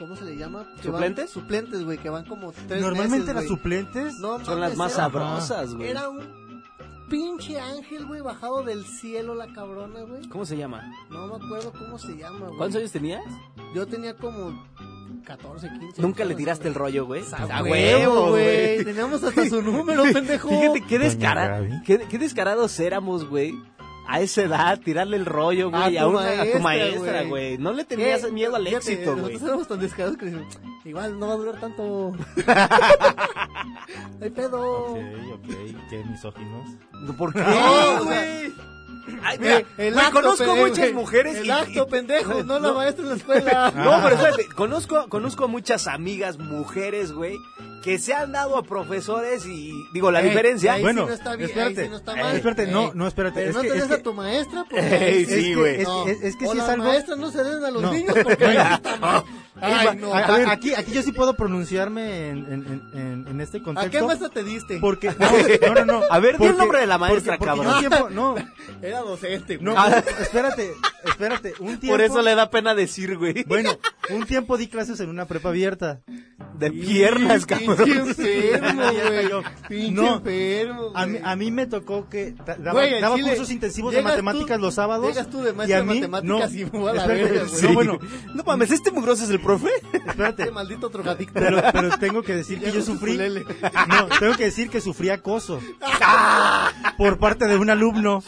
¿cómo se le llama? Que ¿Suplentes? van- suplentes, güey, que van como tres Normalmente meses, las güey. suplentes. No Son mames, las más era- sabrosas, güey. Era un pinche ángel, güey, bajado del cielo la cabrona, güey. ¿Cómo se llama? No me acuerdo cómo se llama, güey. ¿Cuántos años tenías? Yo tenía como 14, 15. Nunca le años, tiraste el güey. rollo, güey. A huevo, güey. Teníamos hasta su número, pendejo. Fíjate qué, Doña descara- Gaby. qué, qué descarados éramos, güey. A esa edad, tirarle el rollo, güey, A a, tu una- a tu maestra, maestra, güey. güey. No le Eh, tenías miedo al fíjate, éxito, güey. Nosotros éramos tan descarados que decíamos, igual no va a durar tanto. Hay pedo. Ok, ok, qué misóginos. ¿Por qué, No, güey? Ay, Mira, mira, güey, acto, conozco pendejo, muchas güey. mujeres El y- acto, y- pendejo, no, no. la Ah, maestra en la escuela. No, pero espérate, conozco, conozco muchas amigas, mujeres, güey, que se han dado a profesores y, digo, la Ey, diferencia... ahí sí bueno, no está bien, ahí espérate, sí no está eh, mal. espérate, no, Ey, no, espérate. Pero es no que, te des es que- a tu maestra, pues, porque Ey, es sí, que- güey. Es, No. es- es que o sí es las algo. maestras no se den a los No. niños porque Bueno. ahí está mal. Ay, no. A- ¿A, a ver, aquí, aquí yo sí puedo pronunciarme en, en- en- en este contexto. qué maestra te diste? Porque, no, no, no. A ver, di porque- el nombre de la maestra, porque- porque cabrón. un tiempo- no, Era docente, güey. no, Ah. espérate, espérate. Un tiempo, Por eso le da pena decir, güey. Bueno, un tiempo di clases en una prepa abierta. De piernas, Pinche cabrón. enfermo, Ya cayó. güey. Pinche No. enfermo, A mí, güey. a mí me tocó que da- daba, Güey, al daba chile, cursos intensivos de llegas matemáticas tú- los sábados. llegas tú de maestro y a de mí, matemáticas no, y me voy a la espérate, verga, güey. No, bueno, No mames, este mugroso es el profe. Este espérate. maldito drogadicto. Pero, pero tengo que decir que Ya yo con su sufrí. ukulele. No, tengo que decir que sufrí acoso. Ah. Por parte de un alumno.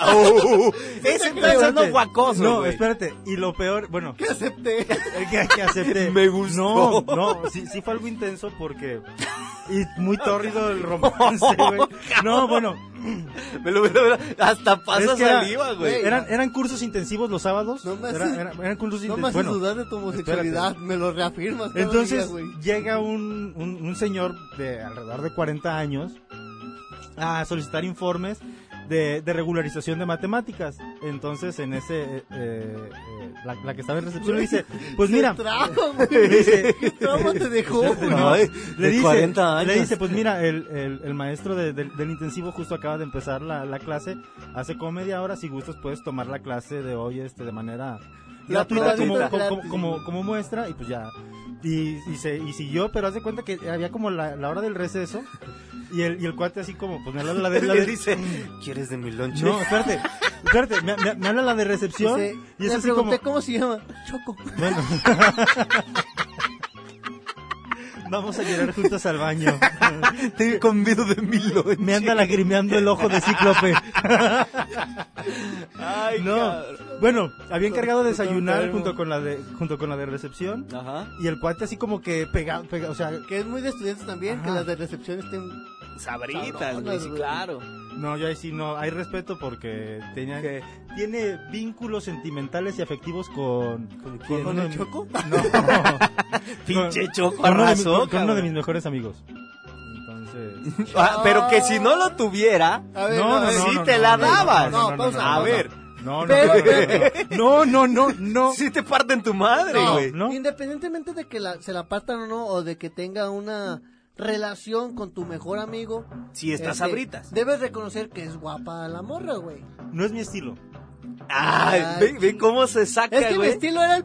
Oh, ese entonces no Espérate. fue acoso, No, güey. espérate. Y lo peor, bueno, que acepté. el que, que acepté. Me gustó. No, no, sí, sí fue algo intenso porque. Y muy tórrido el romance, güey. No, bueno, Me lo, me lo- me lo- hasta Es pasa que era- saliva, güey. güey, Eran, eran cursos intensivos los sábados. No me Era- haces- era- eran cursos No intensivos. me haces Bueno, dudar de tu homosexualidad, espérate. me lo reafirmas. cada día, Entonces güey. llega un, un, un señor de alrededor de 40 años a solicitar informes de, de regularización de matemáticas. Entonces en ese, eh, eh, eh, la, la que estaba en recepción le dice, pues mira, ¿Qué trauma, güey? ¿Qué trauma te dejó, güey? No, Ay, le, de dice, 40 años. le dice, pues mira, el, el- el maestro de- del- del intensivo justo acaba de empezar la, la clase, hace como media hora, si gustas puedes tomar la clase de hoy este de manera La gratuita como, probadita como, gratis, como- güey. como muestra y pues ya. Y, y se, y siguió, pero hace cuenta que había como la, la hora del receso y el, y el cuate así como, pues me habla la de... La Le de- dice, ¿quieres de mi lonche? no, espérate, espérate, me, me- me habla la de recepción Dice, y es le así como... pregunté cómo se llama. Choco. Bueno. Vamos a llorar juntos al baño. Te convido de mi lonche. Me anda lagrimeando el ojo de cíclope. Ay, No. cabrón. Bueno, había encargado de Puto desayunar enfermo. junto con la de junto con la de recepción Ajá. y el cuate así como que pegado, o sea, Que es muy de estudiantes también, que Ajá. las de recepción estén. Sabritas, Sabronas, güey, sí, güey. claro. no, yo ahí sí no, hay respeto porque tenía ¿Qué? tiene vínculos sentimentales y afectivos con ¿Con quién? con ¿Con uno el de- Choco? No. Pinche choco Con uno de mi- arrasó, con uno de cabrón. mis mejores amigos. Entonces, Ah, pero que si no lo tuviera, A ver, No, a no, ver. no, sí no, te no, la no, no, dabas. no, no, pausa, a pausa. ver, No, no, Pero- no, no, no, no, no, sí te parten tu madre, No, güey. ¿no? Independientemente de que la- se la partan o no, o de que tenga una relación con tu mejor amigo. Si estás este, sabritas. Debes reconocer que es guapa la morra, güey. No es mi estilo. Ay, Ay, ve, ve cómo se saca, Es que mi güey. estilo era el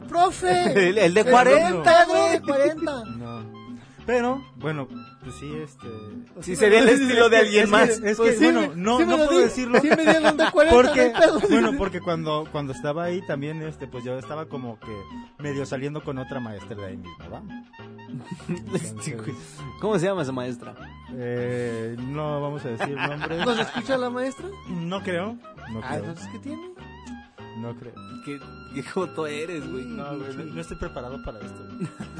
profe. El- el de El 40, profe güey. de 40. No. Pero, bueno, pues sí, este. Sí, sería el estilo de alguien es que- más. es que, Pues sí, bueno, me- no, sí me no lo puedo di- decirlo. Sí me dieron de 40, no Porque, hay pedo. bueno, porque cuando, cuando estaba ahí también, este, pues yo estaba como que medio saliendo con otra maestra de ahí mismo, ¿va? Sí, güey. ¿Cómo se llama esa maestra? Eh, no vamos a decir nombres. ¿Nos escucha la maestra? No creo. No Ah, creo. entonces, ¿qué tiene? No creo. ¿Qué, qué joto eres, güey? Mm. No, güey, no- no estoy preparado para esto.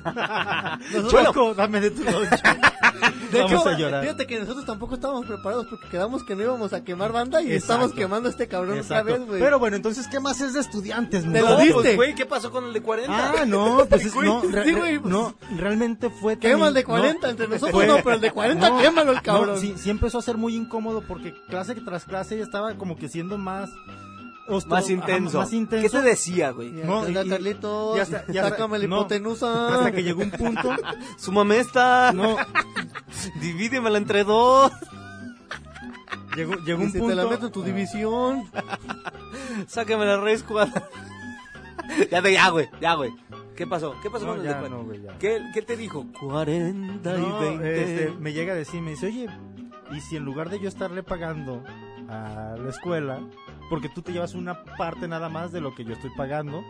Bueno. Choco, dame de tu lonche. Vamos a llorar. Fíjate que nosotros tampoco estábamos preparados porque quedamos que no íbamos a quemar banda y Exacto. estamos quemando a este cabrón Exacto. otra vez, güey. Pero bueno, entonces, ¿qué más es de estudiantes? Te lo mujer? diste. pues, güey, ¿qué pasó con el de 40? Ah, no, pues es, Güey, no, sí, re- güey, re- pues. no, realmente fue tan Quema el de in- 40 no, entre nosotros, fue- no, pero el de 40 no, quémalo el no, cabrón. sí, sí empezó a ser muy incómodo porque clase tras clase ya estaba como que siendo más hosto- ah, más ajá, intenso. más intenso. ¿Qué te decía, güey? Mira, no, acá anda y- y- Carlitos, ya está- ya está- sácame la no. hipotenusa. Hasta que llegó un punto, Súmame esta. no, Divídemela entre dos. llegó, llegó Y un si te punto. la meto en tu Ah, división. Sácame la red squad. ya, te- ya, güey, ya, güey. ¿Qué pasó? ¿Qué pasó No, con el ya, de cuarenta? no, güey, ya. ¿Qué, ¿Qué te dijo? 40 No, y 20. este, me llega a decir, me dice, oye, y si en lugar de yo estarle pagando a la escuela, porque tú te llevas una parte nada más de lo que yo estoy pagando,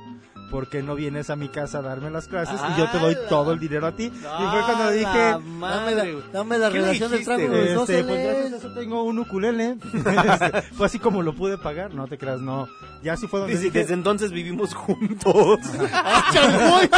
¿por qué no vienes a mi casa a darme las clases y yo te doy ¡Hala! todo el dinero a ti? Y fue cuando ¡Ah, dije, la madre, dame güey! la, dame la ¿Qué le relación del dijiste, trago güey? de los Este, pues gracias a Óceles. eso tengo un ukulele. Este, fue así como lo pude pagar, no te creas, no. Ya sí fue donde Dice, dije, desde entonces vivimos juntos. ¡Ah, Chargoy!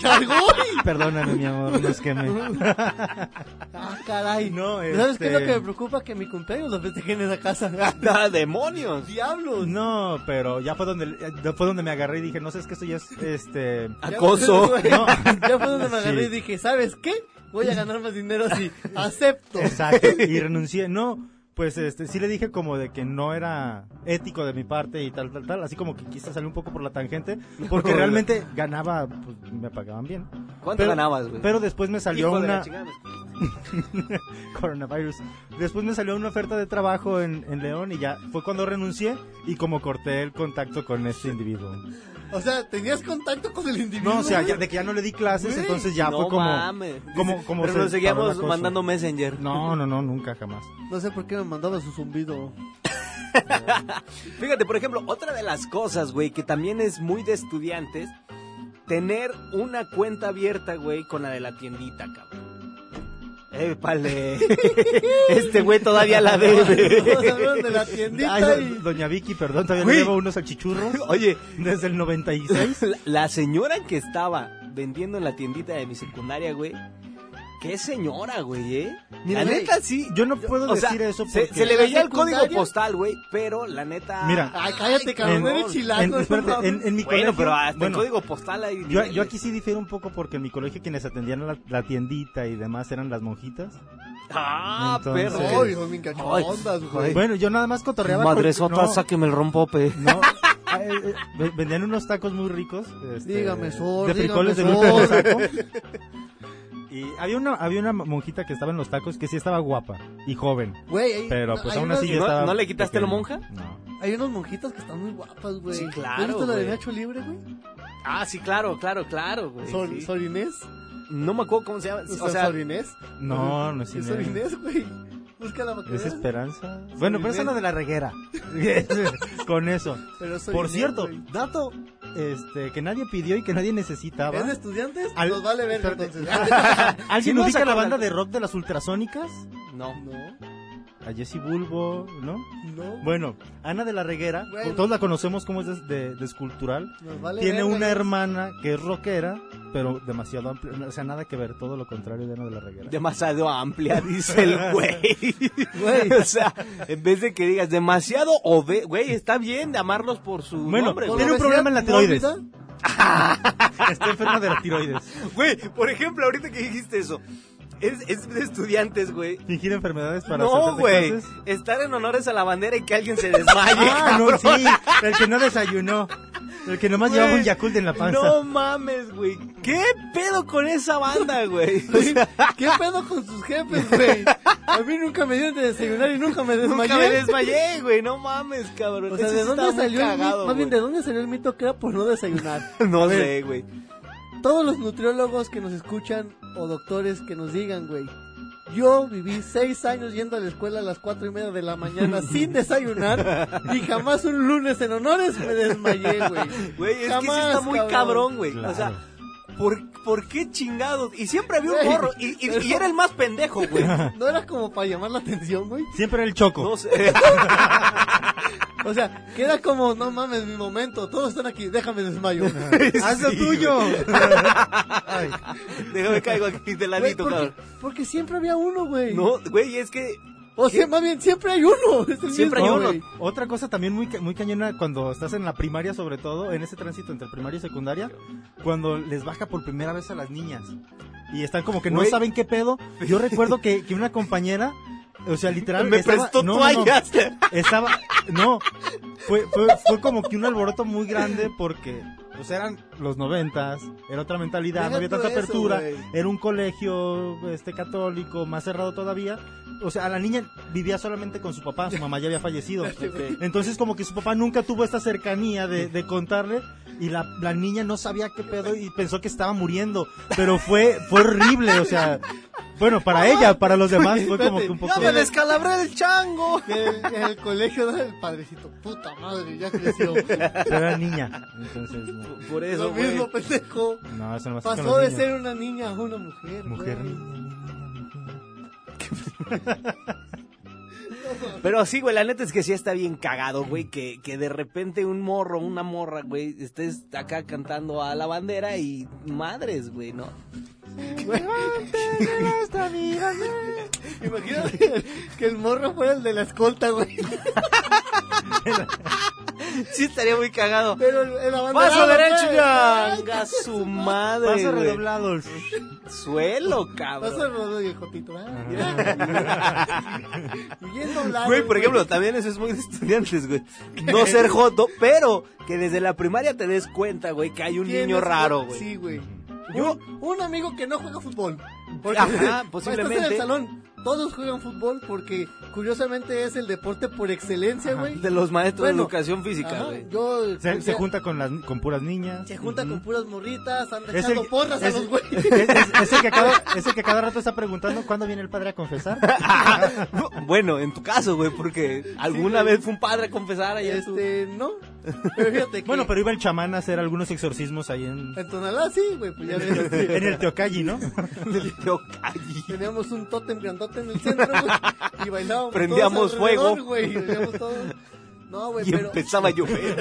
¡Chargoy! perdóname mi amor, no es que me... ¡Ah, caray! No, ¿Sabes qué es lo este- que me preocupa? Que mi cumpleaños lo festejen en esa casa. ¡Ah, ¡Demonios! ¡Diablos! No, pero ya fue donde, eh, fue donde me agarré y dije, no sé, es que esto ya es, este... Acoso. Ya, ya fue donde me agarré y Sí. dije, ¿sabes qué? Voy a ganar más dinero así. Acepto. Exacto, y renuncié. No, pues este, sí le dije como de que no era ético de mi parte y tal, tal, tal. Así como que quise salir un poco por la tangente, porque realmente ganaba, pues me pagaban bien. ¿Cuánto Pero- ganabas, güey? Pero después me salió Hijo de la una... chingada, me- coronavirus. Después me salió una oferta de trabajo en, en León y ya fue cuando renuncié y como corté el contacto con este individuo. O sea, tenías contacto con el individuo. No, o sea, ya- güey? de que ya no le di clases, Güey, entonces ya no fue como... mames. como- como Pero se nos paró seguíamos la cosa. mandando Messenger. No, no, no, nunca, jamás. No sé por qué me mandaba su zumbido. Fíjate, por ejemplo, otra de las cosas, güey, que también es muy de estudiantes, tener una cuenta abierta, güey, con la de la tiendita, cabrón. Épale. este güey todavía la Nos debe. hablaron de la tiendita Ay, do- y... doña Vicky, perdón, todavía le Güey. llevo unos salchichurros Oye, desde el 96. la, la señora que estaba vendiendo en la tiendita de mi secundaria, güey, qué señora, güey, eh. Mira, la güey, neta sí. Yo no puedo O sea, decir eso se, porque... se le veía el ¿Secundaria? código postal, güey, pero la neta. Mira, Ay, cállate, cabrón, en- eres chilango. en, no espérate, mames. en- en mi bueno, colegio- pero hasta bueno, el código postal ahí. Yo, yo aquí sí difiero un poco porque en mi colegio quienes atendían la, la tiendita y demás eran las monjitas. Ah, Entonces- perro. No, hijo, mi cacaondas, güey. Bueno, yo nada más cotorreaba. Madre porque- sota, no, sáqueme el rompope. no, ah, eh, eh, ve- vendían unos tacos muy ricos. este, Dígame, Sor, De frijoles de dígame, dulce de Sor. saco. Y había una, había una monjita que estaba en los tacos que sí estaba guapa y joven. Güey, hay- Pero no, pues hay aún unos- así ya ¿No- estaba. no le quitaste pequeño. lo monja? No. Hay unos monjitas que están muy guapas, güey. Sí, ¿No claro, ¿Has visto la de güey. Nacho Libre, güey? Ah, sí, claro, claro, claro, güey. Sor, sí. Sor Inés. No me acuerdo cómo se llama. O ¿Sor- sea, Sor Inés. No, no es Sí, Inés. Sor Inés, güey. Búscala para que Es veas. Esperanza. Bueno, pero esa es la Inés. de la reguera. Con eso. Pero Sor Por Inés, cierto, güey. dato este, que nadie pidió y que nadie necesitaba. ¿Es de estudiantes? Al- Nos vale ver Espérate. entonces. Si ¿Alguien no ubica saca la la- banda de rock de las ultrasónicas? no. No, A Jesse Bulbo, ¿no? no. Bueno, Ana de la Reguera, Bueno. todos la conocemos como es de, de- de escultural. Nos vale Tiene verga, una güey. hermana que es rockera, pero demasiado amplia. O sea, nada que ver, todo lo contrario de Ana de la Reguera. Demasiado amplia, dice el güey. Güey. o sea, en vez de que digas demasiado o güey, está bien de amarlos por su Bueno, nombre, güey. tiene un problema en la tiroides. mórbida? Está enferma de la tiroides. Güey, por ejemplo, ahorita que dijiste eso, es, es de estudiantes, güey. Fingir enfermedades para No, saltar de güey. clases. Estar en honores a la bandera y que alguien se desmaye. Ah, no, cabrón. sí. El que no desayunó. El que nomás Güey, llevaba un Yakult en la panza. No mames, güey. ¿Qué pedo con esa banda, güey? O Güey, sea, ¿Qué pedo con sus jefes, güey? A mí nunca me dieron de desayunar y nunca me desmayé. nunca me desmayé, güey. No mames, cabrón. O sea, Ese ¿de sí dónde está muy salió el mito? cagado, Más bien, ¿de güey. dónde salió el mito que era por no desayunar? No Güey, sé, güey. Todos los nutriólogos que nos escuchan o doctores que nos digan, güey. Yo viví seis años yendo a la escuela a las cuatro y media de la mañana sin desayunar y jamás un lunes en honores me desmayé, güey. Güey, es que sí Jamás, está muy cabrón, güey. O Claro. sea, ¿por, por qué chingados? Y siempre había un Güey, morro. Y, y- pero- y era el más pendejo, güey. No era como para llamar la atención, güey. Siempre era el choco. No sé. O sea, que era como, no mames, mi momento, todos están aquí, déjame desmayo. ¡Haz lo Sí, tuyo! Déjame caigo aquí de Güey, ladito, porque, cabrón. porque siempre había uno, güey. No, güey, es que O sea, más bien, siempre hay uno. es el Siempre hay mismo, uno. güey. Otra cosa también muy, ca- muy cañona cuando estás en la primaria, sobre todo, en ese tránsito entre primaria y secundaria, cuando les baja por primera vez a las niñas y están como que no Güey. saben qué pedo. Yo recuerdo que, que una compañera, o sea, literal, me estaba- prestó no, no, no. toallas. Estaba, no, fue, fue, fue como que un alboroto muy grande porque pues eran los noventas, era otra mentalidad, no Deja había tú tanta eso, apertura, güey. era un colegio este católico, más cerrado todavía. O sea, la niña vivía solamente con su papá, su mamá ya había fallecido. Ok. Entonces como que su papá nunca tuvo esta cercanía de, de contarle y la, la niña no sabía qué pedo y pensó que estaba muriendo, pero fue fue horrible, o sea, bueno, para ella, para los demás fue como que un poco... ¡Ya me descalabré el chango! En el colegio del padrecito, puta madre, ya creció. Pero era niña, entonces... No, Por eso, Lo güey. mismo, pendejo. no eso no más Pasó de ser una niña a una mujer. Mujer, güey. niña, niña, niña. Pero sí, güey, la neta es que sí está bien cagado, güey, que, que de repente un morro, una morra, güey, estés acá cantando a la bandera y madres, güey, ¿no? Imagínate que el morro fuera el de la escolta, güey. Sí estaría muy cagado. Pero el, el abanderado, Paso derecho, güey. ganga su madre, Paso güey. redoblado. Suelo, Paso cabrón. rodado y el jotito, ah, mira. Bien doblado, Güey, por ejemplo, también eso es muy de estudiantes, güey. No ser joto, pero que desde la primaria te des cuenta, güey, que hay un ¿Quién niño es- raro, güey. Sí, güey. Yo- Un, un amigo que no juega fútbol. Ajá, Estás en posiblemente. el salón, todos juegan fútbol porque curiosamente es el deporte por excelencia, güey. De los maestros de Bueno, educación física, Ajá, güey. Yo Se, se ya- junta con las con puras niñas. se junta con puras morritas, anda Es echando el- porras es- a los güeyes. Es, es- es el que a cada, es el que a cada rato está preguntando cuándo viene el padre a confesar. No, bueno, en tu caso, güey, porque alguna vez fue un padre a confesar allá en tu- Este, no. Pero fíjate que Bueno, pero iba el chamán a hacer algunos exorcismos ahí en, en Tonalá sí, güey, pues ya ves. en el Teocayi, ¿no? del Teocayi. Teníamos un tótem grandote en el centro, güey, y bailábamos. Prendíamos todos alrededor, fuego. güey, y bailábamos todos. No, güey, Y pero empezaba a llover.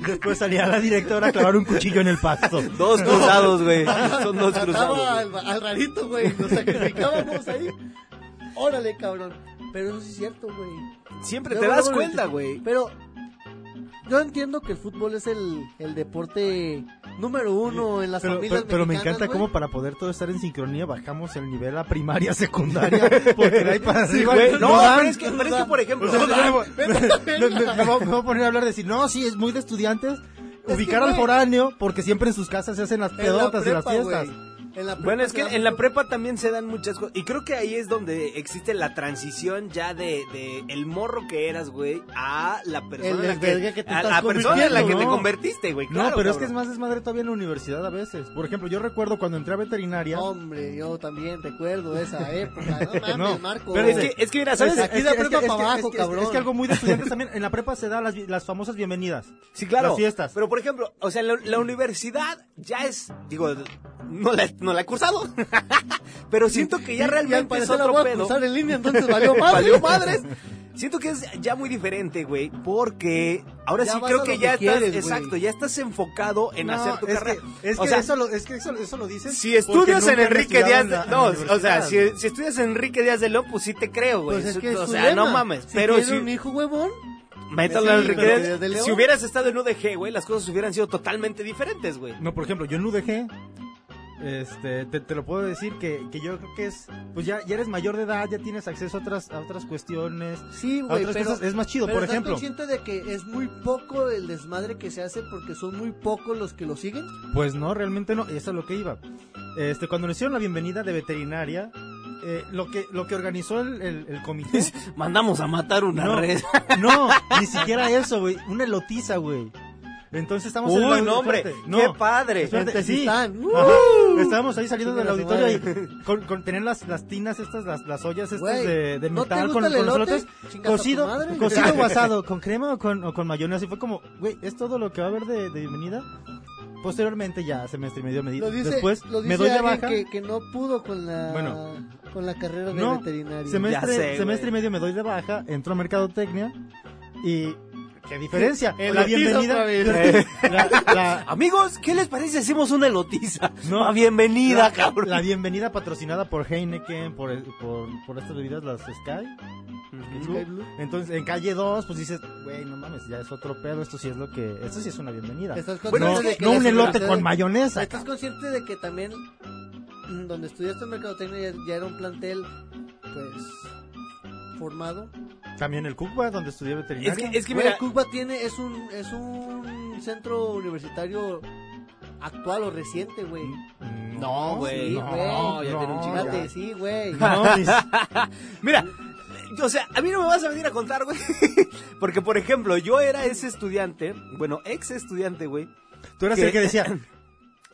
Después salía la directora a clavar un cuchillo en el pasto. Dos cruzados, güey. Son dos cruzados. trataba güey. al, al rarito, güey, lo sacrificábamos ahí. Órale, cabrón. Pero eso sí es cierto, güey. Siempre te Luego, das luego, cuenta, el- güey. Pero yo entiendo que el fútbol es el, el deporte número uno en las Pero, familias pero- pero me mexicanas, encanta güey. cómo para poder todo estar en sincronía bajamos el nivel a primaria, secundaria, porque de ahí para Sí, arriba güey. no No, dan. pero es que, pero es que, por ejemplo, O sea, no dan. me, me- me- me voy a poner a hablar de decir, no, sí, es muy de estudiantes. que, Ubicar al güey. foráneo, porque siempre en sus casas se hacen las en la pedotas y las prepa, fiestas. güey. En la prepa Bueno, es se que dan en la mucho- prepa también se dan muchas cosas. Y creo que ahí es donde existe la transición ya de, de el morro que eras, güey, a la persona El en la que, desvergue que te a estás la persona en la que convirtiendo, te ¿no? convertiste, güey. No, claro, pero es cabrón. que es más desmadre todavía en la universidad a veces. Por ejemplo, yo recuerdo cuando entré a veterinaria. Hombre, yo también recuerdo esa época. No mames, No, Marco. Pero es que, es que mira, ¿sabes? Es que- Aquí de la prepa para es abajo, que- cabrón. es que algo muy de estudiantes también. En la prepa se da las, vi- las famosas bienvenidas. Sí, claro. Las fiestas. Pero, por ejemplo, o sea, la, la universidad ya es, digo, no la, no la he cursado, pero siento que ya Y- y al realmente es parecer la pues, otro voy a pedo. cruzar en línea, entonces valió madre. Valió madres. Siento que es ya muy diferente, güey, porque ahora Ya sí vas creo a que lo ya que estás, quieres, güey. exacto, ya estás enfocado en No, hacer tu es carrera. que- es o que sea, eso lo, es que eso, eso lo dices. si estudias porque en nunca han Enrique Díaz, estudiado en la- de, en no, la o sea, universidad. si, si estudias en Enrique Díaz de León, pues sí te creo, güey. Pues es Eso- que es o su sea, no lema. mames, Si pero quieres si un hijo huevón, Métalo Sí, al Enrique pero Díaz. desde León. Si hubieras estado en UDG, güey, las cosas hubieran sido totalmente diferentes, güey. No, por ejemplo, yo en UDG, este, te, te lo puedo decir que, que yo creo que es, pues ya, ya eres mayor de edad, ya tienes acceso a otras, a otras cuestiones, sí, a güey, otras pero... cosas, es más chido, pero por ¿estás ejemplo. consciente de que es muy poco el desmadre que se hace porque son muy pocos los que lo siguen? Pues no, realmente no, y eso es lo que iba. Este, cuando nos hicieron la bienvenida de veterinaria, eh, lo que, lo que organizó el, el- el comité, Mandamos a matar una No. red. no, ni siquiera eso, güey, una elotiza, güey. Entonces estamos en la- Uy, no, hombre, espérate, qué padre. Espérate, En sí. Tezistán. Ajá. ¡Uh! Estábamos ahí saliendo del Chinga su auditorio y con, con tener las, las tinas estas, las, las ollas estas Güey, de, de ¿no te metal gusta con, el con los elote? elotes Chingas a tu cocido, madre. cocido o asado, con crema o con, o con mayonesa. Y fue como, güey, es todo lo que va a haber de, de bienvenida. Posteriormente ya semestre y medio me di- Lo dice, después lo dice me doy de alguien baja. que, que no pudo con la, Bueno. con la carrera de No, veterinario. Semestre, Ya sé, güey. semestre y medio me doy de baja, entro a mercadotecnia y qué diferencia. El la elotiza bienvenida. otra vez. La, la- Amigos, ¿qué les parece si hacemos una elotiza? No. Ah, bienvenida, la- cabrón. la bienvenida patrocinada por Heineken, por, por, por estas bebidas, las Sky. Ujú. Sky Blue. Entonces, en calle 2, pues dices, güey, no mames, ya es otro pedo, esto sí es lo que, esto sí es una bienvenida. ¿Estás No, consciente de que no la un elote universidad- con mayonesa. ¿Estás consciente de que también mm, donde estudiaste mercadotecnia ya, ya era un plantel, pues, formado? También el Cuba, donde estudié Es veterinaria. que, es que Güey, mira, Cuba tiene, es un, es un centro universitario actual o reciente, güey. No, güey. Sí, güey. No, ya tiene un chingo. Fíjate, ya. sí, güey. No, mis- mira, o sea, a mí no me vas a venir a contar, güey. Porque, por ejemplo, yo era ese estudiante, bueno, ex estudiante, güey. tú eras ¿Qué? el que decía,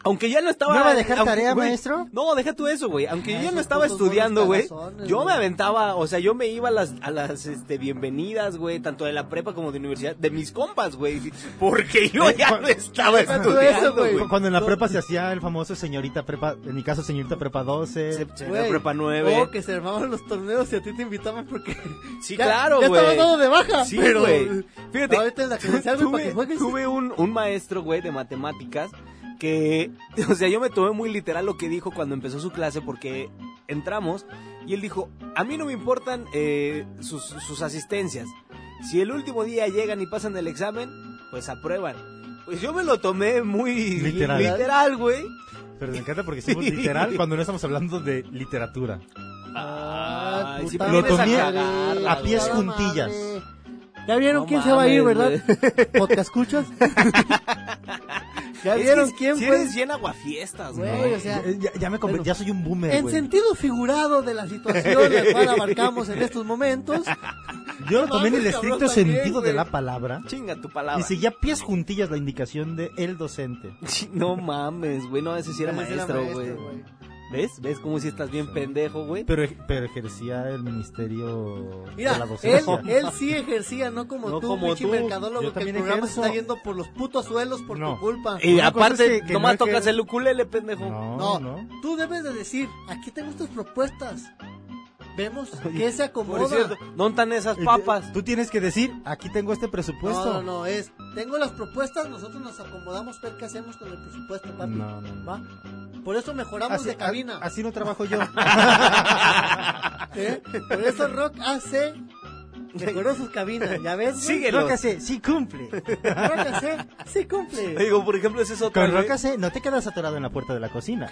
Aunque ya no estaba... ¿No va a dejar aunque- tarea, güey, maestro? Ah, No, deja tú eso, güey. Aunque yo Ay, ya no esos estaba putos monos estudiando, güey. cagazones, Yo me güey. aventaba, o sea, yo me iba a las, a las este, bienvenidas, güey, tanto de la prepa como de universidad, de mis compas, güey. Porque yo Eh, ya no estaba deja tú estudiando, eso, güey. güey. Cu- Cuando en la No. prepa se hacía el famoso señorita prepa, en mi caso señorita prepa 12. Se- se- Güey. prepa nueve. Oh, que se armaban los torneos y a ti te invitaban porque. Sí, Ya- claro, Ya güey. estabas dado de baja. Sí, pero- güey. Fíjate, Ahorita en la credencial, güey, para tuve, que juegues. tuve un, un maestro, güey, de matemáticas que, o sea, yo me tomé muy literal lo que dijo cuando empezó su clase porque entramos y él dijo, a mí no me importan eh, sus, sus asistencias. Si el último día llegan y pasan el examen, pues aprueban. Pues yo me lo tomé muy Literal. literal, güey. Pero me encanta porque somos literal cuando no estamos hablando de literatura. Ah, Ay, sí, puta pero Lo empieza tomé cagarla, a pies güey. Puta juntillas. madre. Ya vieron No quién se va a ir, mames, ¿verdad? ¿Podcast escuchas? ya Es que vieron si- quién si fue. eres bien aguafiestas, Güey, güey. o sea, ya, ya- ya me conver- pero- ya soy un boomer, En güey. sentido figurado de la situación la cual abarcamos en estos momentos, Yo lo tomé en el Mames, cabrón, estricto también, sentido güey. de la palabra Chinga tu palabra. y seguía pies juntillas la indicación de el docente. Sí, No mames, güey, no, ese sí era Ese maestro, güey. ¿Ves? ¿Ves cómo si estás bien pendejo, güey? Pero, ej- pero ejercía el ministerio de la Mira, él, docencia. él sí ejercía, no como No tú, como pinche tú. mercadólogo, Yo que el también programa ejerzo. se está yendo por los putos suelos por No. tu culpa. Y Una cosa aparte, es que- que nomás no es que- tocas el ukulele, pendejo. No, No, no. tú debes de decir, aquí tengo estas propuestas. Vemos qué se Por acomoda. cierto, ¿dónde están esas Eh, papas? Tú tienes que decir, aquí tengo este presupuesto. No, no, no, es, tengo las propuestas, nosotros nos acomodamos, ver qué hacemos con el presupuesto, papi. No, no, no, ¿Va? no. Por eso mejoramos de cabina. a- así no trabajo yo. ¿eh? Por eso Rock hace... Mejoró sus cabinas, ¿ya ves? güey? Síguelo. Rócase, sí cumple. Rock hace, sí cumple. Digo, por ejemplo, ese es otro. Con güey. Rócase no te quedas atorado en la puerta de la cocina.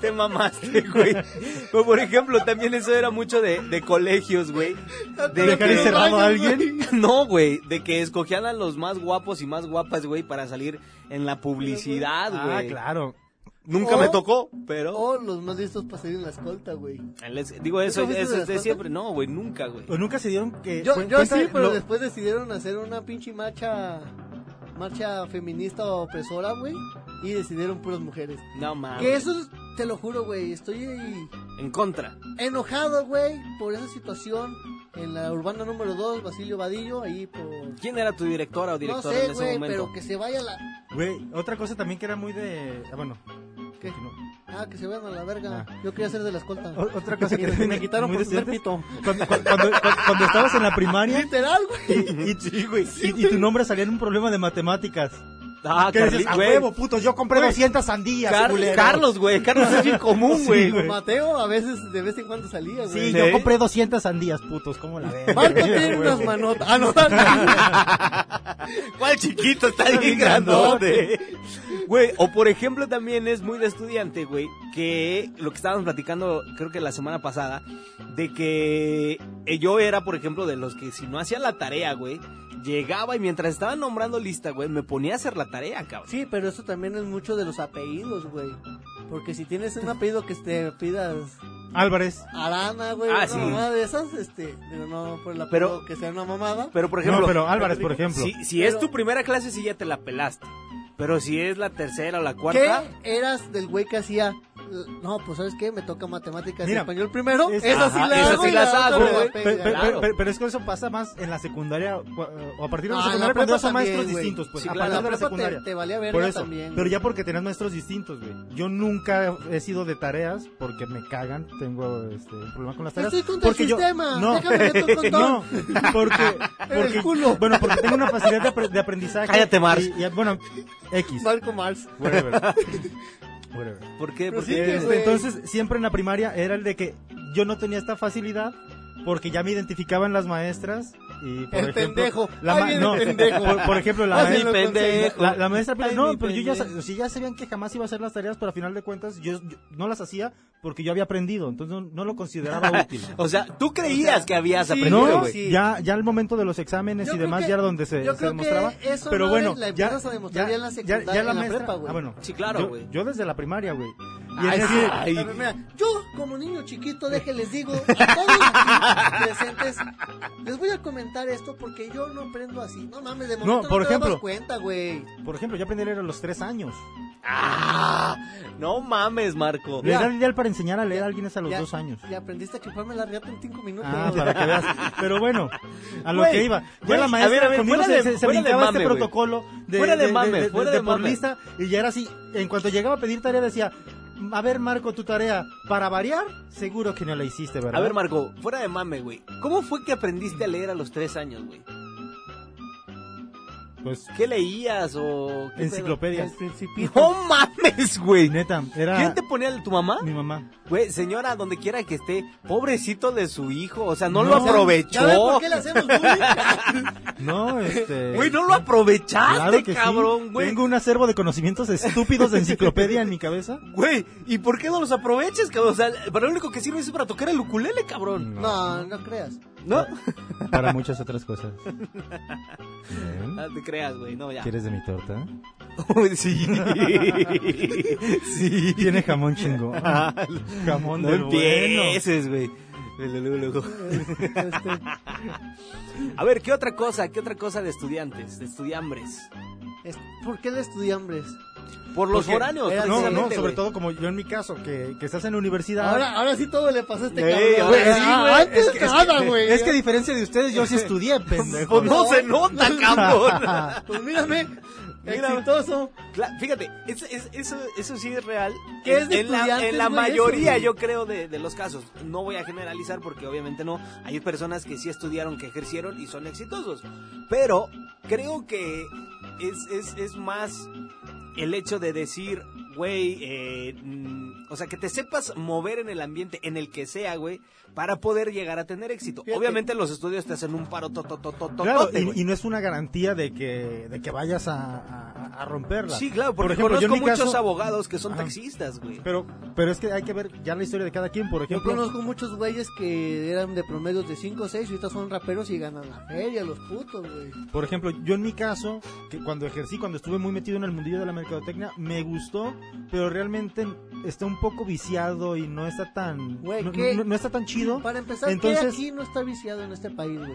Te mamaste, güey. Pero, por ejemplo, también eso era mucho de, de colegios, güey. De ¿Dejar que- encerrado a alguien? No, güey, de que escogían a los más guapos y más guapas, güey, para salir en la publicidad, güey. Ah, claro. Oh. Nunca O- me tocó, pero... O los más listos para salir en la escolta, güey. Les- Digo, eso, ¿Nunca fuiste eso de es de las siempre. No, güey, nunca, güey. O Pues nunca se dieron que. Yo, Eh, cuen- yo cuenta sí, pero lo- después decidieron hacer una pinche marcha marcha feminista opresora, güey, y decidieron puras mujeres. No Ah, mames. Que eso, es- te lo juro, güey, estoy ahí En contra. enojado, güey, por esa situación en la urbana número 2, Basilio Vadillo, ahí por... ¿Quién era tu directora o No director en sé, ese güey, momento? pero que se vaya la... Güey, otra cosa también que era muy de. ah, Bueno. ¿Qué? continúa. Ah, que se vayan a la verga. Ah. Yo quería ser de la escolta. O- otra cosa que me quitaron muy por de ser pito. Cuando, cuando, cuando, cuando estabas en la primaria Literal, güey. y, y- y- y tu nombre salía en un problema de matemáticas. Ah, ¿Qué dices? Carli- A güey. huevo, puto, yo compré Güey. 200 sandías, Car- culero. Carlos, güey. Carlos es bien común, Sí, güey. güey. Mateo a veces, de vez en cuando salía, güey. Sí, Sí. yo compré 200 sandías, putos, ¿cómo la ves? Márcate unas manotas. Ah, no, no. ¿Cuál chiquito está bien bien grandote? Güey, o por ejemplo también es muy de estudiante, güey, que lo que estábamos platicando creo que la semana pasada, de que eh, yo era, por ejemplo, de los que si no hacía la tarea, güey, llegaba y mientras estaban nombrando lista, güey, me ponía a hacer la tarea, cabrón. Sí, pero eso también es mucho de los apellidos, güey. Porque si tienes un apellido que te pidas Álvarez. Arana, güey, Ah, una sí. mamada de esas, este, pero no por el Pero- apellido que sea una mamada. Pero por ejemplo, no, pero Álvarez, por ejemplo. si, si es tu primera clase, sí ya te la pelaste. Pero si es la tercera o la ¿Qué cuarta, eras del güey que hacía? No, pues ¿sabes qué? Me toca matemáticas y Mira, español primero. es- esa Ajá, sí la esa hago sí y la otra saco, me güey. pega. Ah, pues, Pero, pero- claro. pero- pero es que eso pasa más en la secundaria cu- eh, o a partir de la Ah, en secundaria la cuando prepa ya son maestros también, güey. distintos pues Sí, a claro. la partir de prepa la te, secundaria te valía verga por eso también. pero güey. ya porque tenías maestros distintos güey yo nunca he sido de tareas porque me cagan tengo este un problema con las tareas Estoy contra porque el yo sistema. no Déjame meter un condón. no porque, porque el culo. bueno porque tengo una facilidad de, apre- de aprendizaje Cállate, Mars. y- y- bueno x Marco Mars. whatever whatever ¿por qué? Pero ¿Por sí qué? que- este, güey. entonces, siempre en la primaria era el de que yo no tenía esta facilidad porque ya me identificaban las maestras Y por El ejemplo, pendejo. La Ahí ma- viene el no, pendejo. Por, por ejemplo, la, Ahí maestra- viene el pendejo. la- la maestra Pilar, Ahí no, viene el pero yo ya, sa- pendejo. si ya sabían que jamás iba a hacer las tareas, pero a final de cuentas yo, yo no las hacía porque yo había aprendido, entonces no, no lo consideraba útil. O sea, tú creías que habías sí, aprendido, No, güey. sí. ya, ya al momento de los exámenes Yo y creo demás, que- ya era donde se, yo creo se que demostraba. eso pero no bueno, es- la ya, empiezas a demostrar ya en la secundaria, en la maestra- prepa, güey. ah, bueno, Sí, claro, yo- güey. Yo, desde la primaria, güey. Y Ay, en sí. ese- Ay, Pero mira, yo, como niño chiquito, de que les digo a todos aquí presentes, les voy a comentar esto porque yo no aprendo así. No mames, de momento no, por te ejemplo. dabas cuenta, güey. por ejemplo, yo aprendí a leer a los tres años. Ah, no mames, Marco. La Mira. edad ideal para enseñar a leer a alguien es a los Ya- dos años. Y aprendiste a chuparme la riata en cinco minutos. Ah, güey. para que veas. Pero bueno, a lo Güey, que iba. Ya güey, la maestra a ver, a ver, conmigo fuera se- de- se, se fuera de brincaba mame, este güey. protocolo de, Fuera de mame, fuera de por mame. lista, y ya era así. En cuanto llegaba a pedir tarea decía, a ver Marco, tu tarea, para variar, seguro que no la hiciste, ¿verdad? A ver, Marco, fuera de mame, güey. ¿Cómo fue que aprendiste a leer a los tres años, güey? Pues, ¿Qué leías o qué enciclopedias. El principito. pedo? No mames, güey. Neta, era ¿Quién te ponía tu mamá? mi mamá. Güey, señora, donde quiera que esté, pobrecito de su hijo, o sea, no, No. lo O sea, aprovechó. ¿Ya ves por qué le hacemos bullying? No, este... Güey, no lo aprovechaste, Claro que sí. cabrón, güey. Tengo un acervo de conocimientos estúpidos de enciclopedia en mi cabeza. Güey, ¿y por qué no los aproveches, cabrón? O sea, para lo único que sirve es para tocar el ukulele, cabrón. No, no creas. ¿No? Para muchas otras cosas. Bien. No Ah, te creas, güey, no, ya. ¿Quieres de mi torta? Uy, sí. sí. Ah, Tiene jamón chingón. jamón No del empieces, güey. Luego, luego, luego. Este, A ver, ¿qué otra cosa? ¿Qué otra cosa de estudiantes? De estudiambres. es- ¿Por qué le estudiambres? Por los Porque- foráneos, era- No, no, precisamente, sobre güey. todo como yo en mi caso, que, que estás en la universidad. Ahora, ahora sí todo le pasó a este Ey, cabrón. ahora güey. sí, Ah, güey. Antes nada, güey. es que a diferencia de ustedes, yo sí estudié, pendejo. Pues no se nota, cabrón. Pues mírame, Mira. exitoso. Cla- Fíjate, es- es- eso, eso sí es real. ¿Qué En- es de en la, en la estudiantes, güey, mayoría, eso, güey? yo creo, de, de los casos. No voy a generalizar porque obviamente no. Hay personas que sí estudiaron, que ejercieron y son exitosos. Pero creo que es, es, es más el hecho de decir, güey, eh, mm, o sea, que te sepas mover en el ambiente, en el que sea, güey, para poder llegar a tener éxito. Fíjate. Obviamente los estudios te hacen un paro tototototote, Claro, güey. y, y no es una garantía de que, de que vayas a, a- a romperla. Sí, claro, porque Por ejemplo, yo en conozco mi muchos caso- abogados que son Ajá. taxistas, güey. Pero, pero es que hay que ver ya la historia de cada quien. Por Yo ejemplo, conozco muchos güeyes que eran de promedios de 5 o 6 y estos son raperos y ganan la feria, los putos, güey. Por ejemplo, yo en mi caso, que cuando ejercí, cuando estuve muy metido en el mundillo de la mercadotecnia, me gustó, pero realmente está un poco viciado y no está tan, Güey, no, ¿qué? no- no está tan chido. Para empezar, Entonces- ¿qué aquí no está viciado en este país, güey?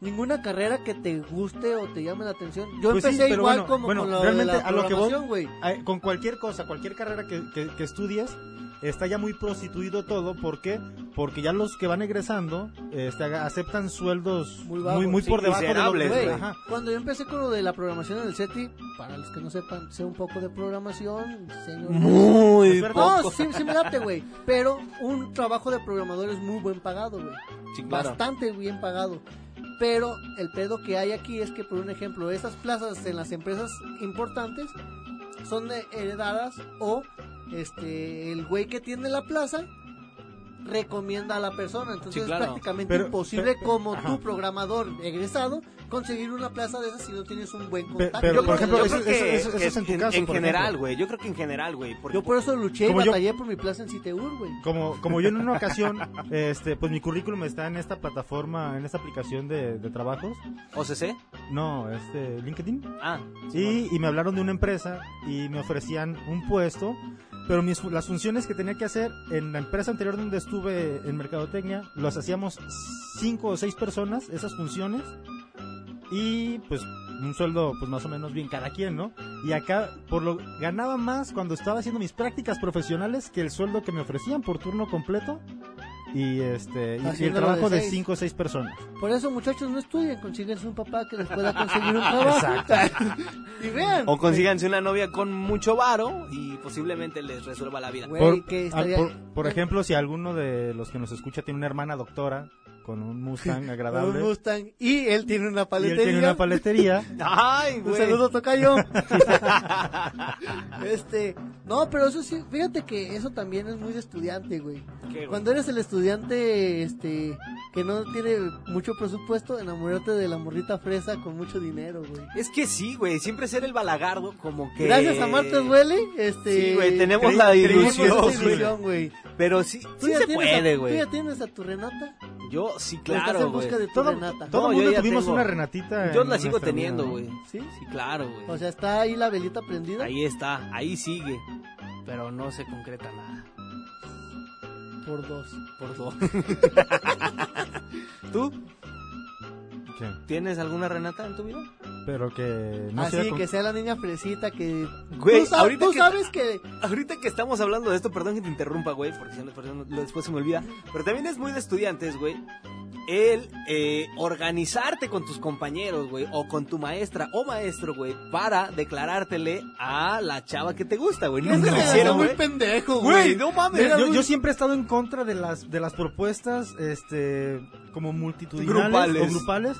Ninguna carrera que te guste o te llame la atención. Yo Pues sí, empecé pero igual bueno, como bueno, con lo realmente de la a lo que voy- programación, güey. Ay, Con cualquier cosa, cualquier carrera que, que- que estudies, está ya muy prostituido todo. ¿Por qué? Porque ya los que van egresando este, aga- aceptan sueldos Muy muy, bajo. muy, Sí, por debajo de lo que- miserables, Güey, Ajá. cuando yo empecé con lo de la programación en el SETI, para los que no sepan, sé un poco de programación, diseño- Muy Es verdad. No, sí, sí me late, güey. Pero un trabajo de programador es muy buen pagado, güey. Sí, claro. bastante bien pagado. Pero el pedo que hay aquí es que, por un ejemplo, estas plazas en las empresas importantes son de- heredadas o este el güey que tiene la plaza recomienda a la persona. Entonces Sí, claro. es prácticamente Pero- imposible pero- como ajá. tu programador egresado conseguir una plaza de esas si no tienes un buen Pe- contacto. pero, por Yo- ejemplo, yo yo eso- creo que eso- eso es en tu caso, por general, ejemplo. güey. Yo creo que en general, güey. porque- yo por eso luché y Como yo- batallé por mi plaza en Citeur, güey. como, como yo en una ocasión, este, pues mi currículum está en esta plataforma, en esta aplicación de, de trabajos. OCC. No, este, LinkedIn. Ah. sí, Y, y me hablaron de una empresa y me ofrecían un puesto, pero mis, fu- las funciones que tenía que hacer en la empresa anterior donde estuve en Mercadotecnia, las hacíamos cinco o seis personas, esas funciones, y pues un sueldo pues más o menos bien cada quien, ¿no? Y acá por lo ganaba más cuando estaba haciendo mis prácticas profesionales que el sueldo que me ofrecían por turno completo y este y- y, el Haciéndolo trabajo de de seis. cinco o seis personas. Por eso, muchachos, no estudien, consíguense un papá que les pueda conseguir un trabajo. Y vean. O consíganse una novia con mucho varo y posiblemente les resuelva la vida. Güey, que al- estaría- Ah, por- por ejemplo, si alguno de los que nos escucha tiene una hermana doctora con un Mustang agradable Un Mustang. Y él tiene una y él paletería. tiene una paletería, Ay, un güey. saludo tocayo. este, no, pero eso sí, fíjate que eso también es muy de estudiante, güey. ¿Qué, güey? Cuando eres el estudiante este que no tiene mucho presupuesto, enamorarte de la morrita fresa con mucho dinero, güey. Es que sí, güey, siempre ser el balagardo como que... Gracias a Martes Duele, este Sí, güey, tenemos Cre- la tenemos creímos esa ilusión, ilusión, güey. ilusión, güey. Pero sí, Tú sí ya se tienes puede, a- Tú güey. ya tienes a tu Renata. Yo sí, ¿O estás claro, en güey. busca de tu Todo, Renata. todo No, yo mundo ya tuvimos tengo- una renatita. Yo en la sigo nuestra vida, teniendo, ¿no? güey. ¿Sí? Sí, claro, güey. O sea, está ahí la velita prendida. ahí está, ahí sigue. Pero no se concreta nada. Por dos. Por dos. ¿Tú Sí, tienes alguna Renata en tu vida? Pero que no Así sea con- Ah, que sea la niña fresita que. Güey, tú sab- ahorita tú que- sabes que. Ahorita que estamos hablando de esto, perdón que te interrumpa, güey, porque si no, por si no, lo- después se me olvida. Pero también es muy de estudiantes, güey. El eh, organizarte con tus compañeros, güey, o con tu maestra o maestro, güey, para declarártele a la chava que te gusta, güey. Nunca lo Ese hicieron, muy güey. pendejo, Güey, güey. no mames. Mira, yo- Yo, güey. yo siempre he estado en contra de las de las propuestas este como multitudinales Grupales. o grupales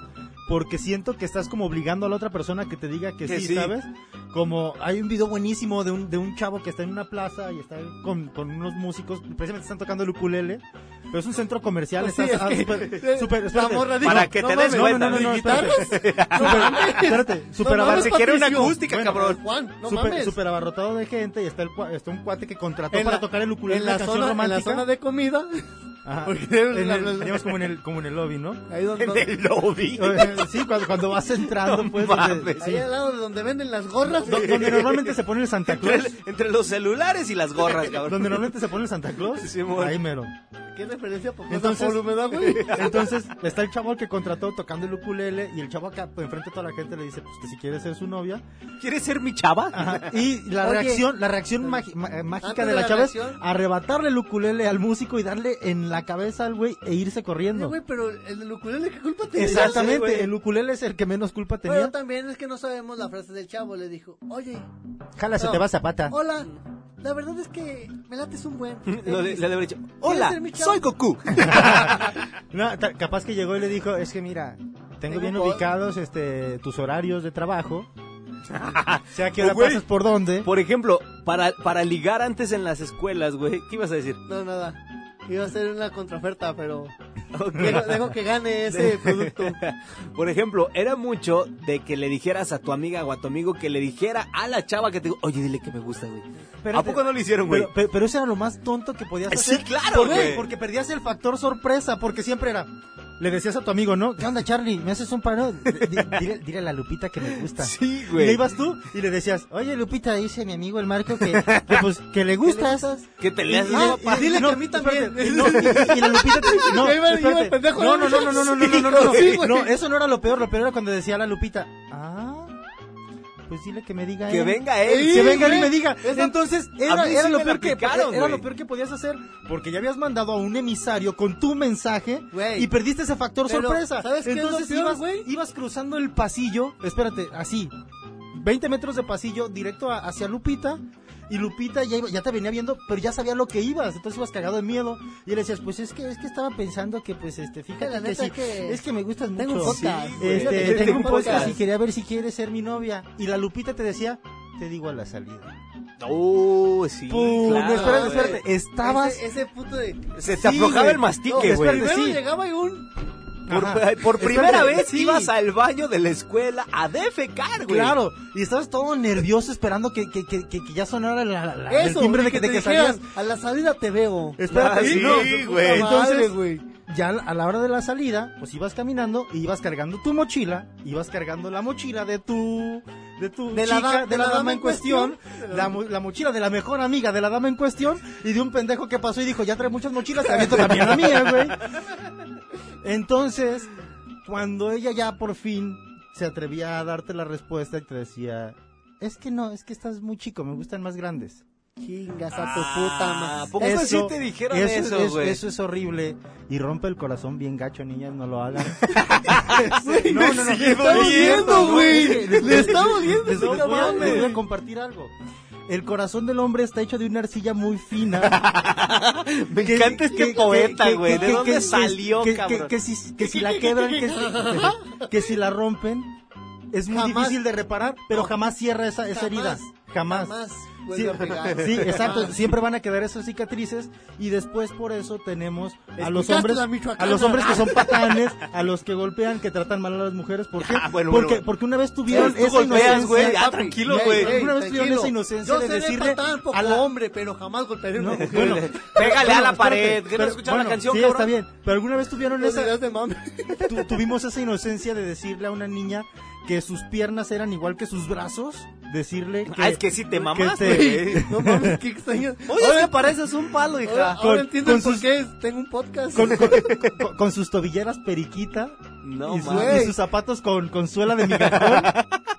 porque siento que estás como obligando a la otra persona que te diga que, Que sí, sí. ¿sabes? Como hay un video buenísimo de un, de un chavo que está en una plaza y está con, con unos músicos, precisamente están tocando el ukulele, pero es un centro comercial, Pues Sí, estás es ah, que- súper- súper- espérate, morra para que te des no, no, cuenta, no, no, no, güey. espérate. Súper- espérate, súper No mames, Se quiere una Patricio. acústica, Bueno, cabrón. Juan, no super, mames. abarrotado de gente y está, el, cua- está un cuate que contrató En para la- tocar el ukulele en, la canción zona, en romántica. la zona de comida. Ajá. Porque En la- el- la- digamos como en el como en el lobby, ¿no? Ahí, donde, En el lobby. Eh, sí, cuando, cuando vas entrando, No pues. mames. donde- sí. ahí al lado de donde venden las gorras. Do- Donde normalmente se pone el Santa Claus. Entre, entre los celulares y las gorras, cabrón. Donde normalmente se pone el Santa Claus. Sí, mon. Ahí mero. ¿Qué referencia? Porque Entonces- Entonces, me da, güey. Entonces, está el chavo al que contrató tocando el ukulele. Y el chavo acá, pues, enfrente a toda la gente, le dice pues, que si quiere ser su novia. ¿Quieres ser mi chava? Ajá. Y la Oye. reacción, la reacción magi- ma- eh, mágica Antes de de la, la chava es reacción- arrebatarle el ukulele al músico y darle en la cabeza al güey e irse Oye, corriendo. güey, pues, pero el del ukulele, ¿qué culpa tiene? Sí, Exactamente, güey. el ukulele es el que menos culpa tenía. Pero también es que no sabemos la frase del chavo. Le dijo, oye, Jala, se No. te va zapata. hola, la verdad es que me lates un buen. Lo de, le habré dicho, hola, ser mi chava? soy Goku. No, ta- capaz que llegó y le dijo, es que mira, tengo Tengo bien pod- ubicados este tus horarios de trabajo. o sea, que Oh, ahora güey. pasas por dónde. Por ejemplo, para, para ligar antes en las escuelas, güey, ¿qué ibas a decir? No, nada. Iba a hacer una contraoferta, pero Ok. dejo, dejo que gane ese producto. Por ejemplo, era mucho de que le dijeras a tu amiga o a tu amigo que le dijera a la chava que te oye, dile que me gusta, güey. Espérate. ¿A poco no lo hicieron, güey? Eh, Pero, pero, pero eso era lo más tonto que podías Sí, hacer. claro, ¿Por qué? güey. Porque perdías el factor sorpresa, porque siempre era... Le decías a tu amigo, ¿no? ¿Qué onda, Charlie? ¿Me haces un paro? D- di- Dile, dile a la Lupita que me gusta. Sí, Y güey. le ibas tú y le decías, oye, Lupita, dice mi amigo el Marco que, que, pues, que le gustas. Que te Y- leas y- la y- guapa. y- Dile no, que a mí también. espérate, no, y- y la Lupita te- no, Ahí va- ahí va el espérate. pendejo. No, no, no, no, no, no, no, no, no, no, no, Sí, güey. no, eso no era lo peor, lo peor era cuando decía la Lupita, ah, pues dile que me diga Que él". venga él. Que Sí, venga él y güey. me diga. Esa- Entonces, A era, mí era sí lo me la peor que, aplicaron, era güey. lo peor que podías hacer. Porque ya habías mandado a un emisario con tu mensaje Güey. y perdiste ese factor Pero, sorpresa. ¿sabes qué es lo Entonces peor, ibas, güey? ibas cruzando el pasillo, espérate, así, 20 metros de pasillo directo a- hacia Lupita. Y Lupita ya, iba- ya te venía viendo, pero ya sabía lo que ibas. Entonces ibas cagado de miedo. Y le decías, pues es que, es que estaba pensando que, pues, este, fíjate La que, neta sí, es que- es que me gustas mucho. Tengo un podcast. Sí, güey. Este, Tengo tengo un un podcast. podcast y quería ver si quieres ser mi novia. Y la Lupita te decía, te digo a la salida. Oh, sí. Pum, claro, no, espérate, güey. espérate. Estabas. Ese, ese puto de. Se te Sí, aflojaba güey. el mastique, No, güey. espérate, Primero sí. llegaba y un. por, Ajá. por primera Espérate, vez sí. ibas al baño de la escuela a defecar, güey. Claro, y estabas todo nervioso esperando que, que, que, que- que ya sonara la, la- el Eso, timbre güey, de que, de que te dijeran, salías. A la salida te veo. Espérate, Ah, sí, no, güey. puta madre, Entonces, Entonces, güey. ya a la hora de la salida, pues ibas caminando y ibas cargando tu mochila, ibas cargando la mochila de tu de tu De la chica, da- de la dama en cuestión, la, mo- la mochila de la mejor amiga de la dama en cuestión y de un pendejo que pasó y dijo, "Ya trae muchas mochilas, te aviento también la mía, güey." Entonces, cuando ella ya por fin se atrevía a darte la respuesta y te decía, "Es que no, es que estás muy chico, me gustan más grandes." Chingas a tu Ah, puta ¿Cómo madre. poco sí te dijeron eso, es- güey? eso es horrible y rompe el corazón bien gacho, niñas, no lo hagan. No, no, no. Estamos viendo, güey. Le estamos viendo, Les, no les voy a, les voy a mames. compartir algo. El corazón del hombre está hecho de una arcilla muy fina. Me encanta este poeta, que- güey. que- ¿De que- dónde que- salió, que, que- cabrón? que si, que si la quebran, que si, que si la rompen, es muy Jamás. difícil de reparar, pero jamás cierra esa, esa herida. Jamás. Jamás. Jamás Pues Sí, vuelve a pegar. sí, exacto. Jamás. Siempre van a quedar esas cicatrices y después por eso tenemos a los Escuchaste hombres, la a michoacana. los hombres que son patanes, a los que golpean, que tratan mal a las mujeres. ¿Por qué? Ah, bueno, porque, bueno. porque una vez tuvieron Tú esa golpeas, inocencia. güey, ya, papi. tranquilo, Ey, güey. Ah, Alguna vez tuvieron tranquilo. esa inocencia Yo de seré decirle patán a como la- hombre, pero jamás golpearé a una No, mujer. bueno, Pégale a la espérate, pared, ¿qué no pero- escucharon la canción, Sí, cabrón? está bien. Pero alguna vez tuvieron No esa, seas de mame. tu- tuvimos esa inocencia de decirle a una niña que sus piernas eran igual que sus brazos, decirle que, Ah, es que sí te mamaste, te- güey. No mames, qué extraño. Oye, es que pareces un palo, Ahora, hija. ahora Con- entiendo el con por sus- qué tengo un podcast. con, con- con- con sus tobilleras periquita No, y, su- mames. güey. y sus zapatos con, con suela de migajón.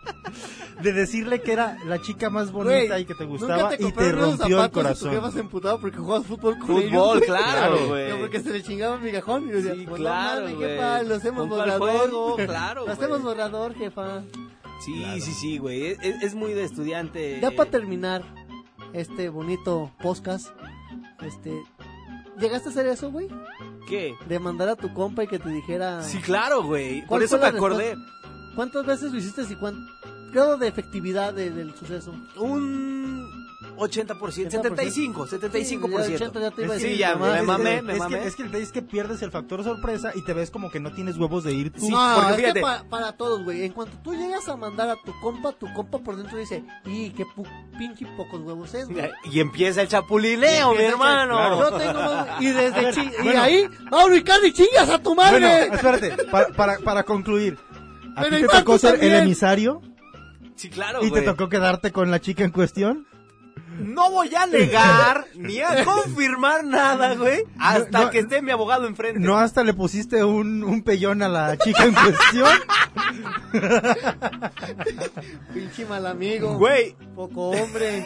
De decirle que era la chica más bonita Güey, y que te Nunca gustaba te y te compraron unos rompió el zapatos Y tu corazón. jefa se emputaba porque jugabas fútbol con Fútbol, ellos. claro, güey. No, Porque se le chingaba mi cajón. Y yo decía, Sí, pues, claro, No mames, güey. jefa, lo hacemos Con cual borrador. juego, claro, Lo hacemos güey. borrador, jefa. Sí, Claro. sí, sí, güey. Es, es- es muy de estudiante. Ya eh, para terminar este bonito podcast, este. ¿Llegaste a hacer eso, güey? ¿Qué? De mandar a tu compa y que te dijera. Sí, claro, güey. Por Ah. ¿Cuál eso me fue la acordé. ¿Cuántas veces lo hiciste y cuánto? Grado de efectividad de- del suceso. Un 80%, 75, 75%. Sí, 80 ya te iba a Sí, decir, ya, nomás. me mamé, es, me que- mamé. es que el detalle es que pierdes el factor sorpresa y te ves como que no tienes huevos de ir tú. Sí, no, porque es que fíjate- pa- para todos, güey. En cuanto tú llegas a mandar a tu compa, tu compa por dentro dice, y qué pu pinche pocos huevos es, güey. Y empieza el chapulineo, mi Empieza, hermano. Yo tengo más, güey. Y desde A ver, chi- y bueno. ahí, Mauro y Carly, chingas a tu madre. Bueno, espérate, para, para, para concluir. ¿A Pero ti te igual tocó tú ser el también. emisario? Sí, claro, ¿Y güey. te tocó quedarte con la chica en cuestión? No voy a negar ni a confirmar nada, güey. Hasta No, no. que esté mi abogado enfrente. ¿No hasta le pusiste un, un pellón a la chica en cuestión? Pinche mal amigo. Güey, Poco hombre.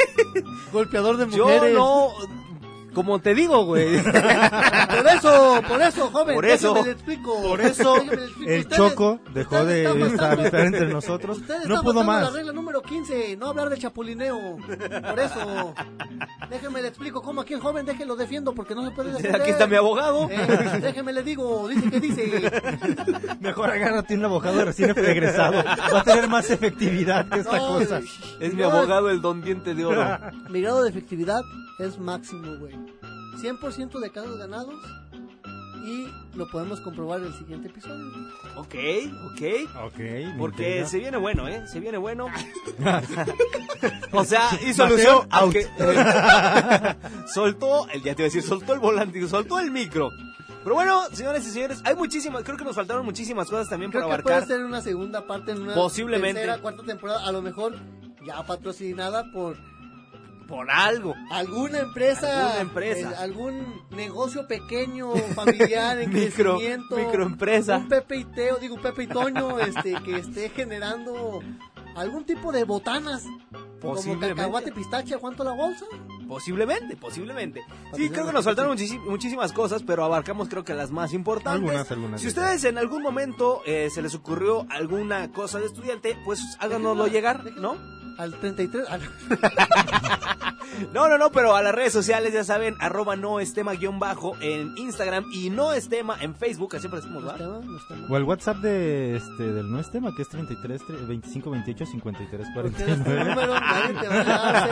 golpeador de yo mujeres. no. Como te digo, güey. Por eso, por eso, joven. Por eso. déjeme le explico. Por eso, Déjeme le explico. El Ustedes- Choco dejó de ustedes están estar, matando- estar entre nosotros. Ustedes No están matando pudo más. la regla número 15, no hablar de chapulineo. Por eso, déjeme le explico cómo aquí el joven, déjelo defiendo porque no se puede defender. Aquí está mi abogado. Eh, déjeme le digo, dice que dice. Mejor agárrate un abogado recién regresado. Va a tener más efectividad que esta No, cosa. güey. Es mi No, abogado el don diente de oro. Mi grado de efectividad es máximo, güey. 100% de casos ganados y lo podemos comprobar en el siguiente episodio. Ok, ok. Ok. me Porque intriga. se viene bueno, ¿eh? Se viene bueno. o sea, hizo Mateo, alusión out. aunque soltó, el ya te iba a decir, soltó el volante, soltó el micro. Pero bueno, señores y señores, hay muchísimas, creo que nos faltaron muchísimas cosas también Creo para que puede abarcar. ser una segunda parte en una Posiblemente. tercera, cuarta temporada, a lo mejor ya patrocinada por Por algo. alguna empresa, Alguna empresa. eh, algún negocio pequeño, familiar, en Micro- crecimiento, microempresa. un Pepe y Teo, digo Pepe y Toño, este, que esté generando algún tipo de botanas, como Posiblemente. cacahuate, pistache, cuánto la bolsa, Posiblemente, posiblemente. Sí, Posiblemente, creo que nos faltaron muchisi- muchísimas cosas, pero abarcamos creo que las más importantes. Algunas, algunas, si sí. ustedes en algún momento eh, se les ocurrió alguna cosa de estudiante, pues háganoslo llegar, ¿no? al 33, al- No, no, no, pero a las redes sociales ya saben, arroba no estema guión bajo en Instagram y no estema en Facebook, así parecemos, no está Pues ¿va? mal, no está mal. O el WhatsApp de este del no es tema que es 33 tre- 25 28 53 Porque eres tu 49. número, nadie te va a dar,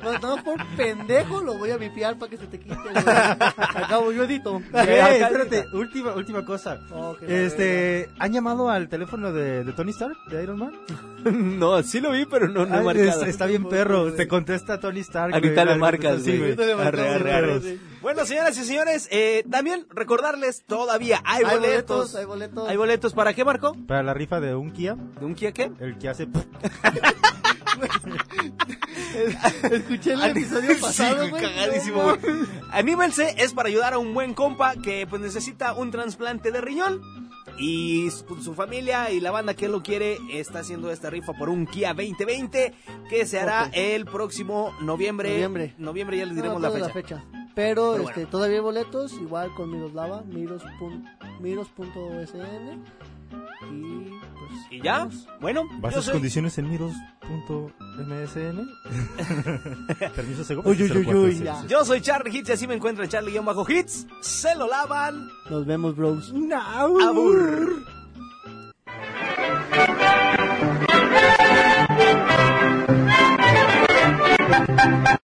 cerdo. No, no, por pendejo lo voy a vipiar para que se te quite. güey. Acabo yo edito. Güey, Acá- espérate, última última cosa. Oh, qué la verga. Este, ¿han llamado al teléfono de, de Tony Stark, de Iron Man? Este. No, sí lo vi, pero no, no he Ay, marcado. es- está bien perro, te contesta Tony Stark. güey, Ahorita le la- marcas, sí, güey. güey. Ahorita le Arre, marcamos, arre, arre. sí. Bueno, señoras y señores, eh, también recordarles, todavía hay Hay boletos, boletos. hay boletos. Hay boletos, ¿para qué, Marco? Para la rifa de un Kia, ¿De un Kia qué? el que hace Escuché el episodio Ah, Sí, pasado, güey, güey. cagadísimo, No, güey. mames. Anímense, es para ayudar a un buen compa que pues necesita un trasplante de riñón. Y su, su familia y la banda que lo quiere está haciendo esta rifa por un Kia 2020 que se hará Ok. el próximo noviembre. Noviembre. Noviembre ya les diremos No, la toda fecha. Pero, este, bueno. todavía hay boletos, igual con Miroslava, miros pun- miros.sn. Y pues. Y ya, vamos. bueno, yo Bases soy- condiciones en miros.msn. Permiso Sego. Uy, uy, uy, uy, 04, ya. sí, sí. yo soy Charlie Hits y así me encuentro Charlie-Hits. Se lo lavan. Nos vemos, bros. uh, Abur. Thank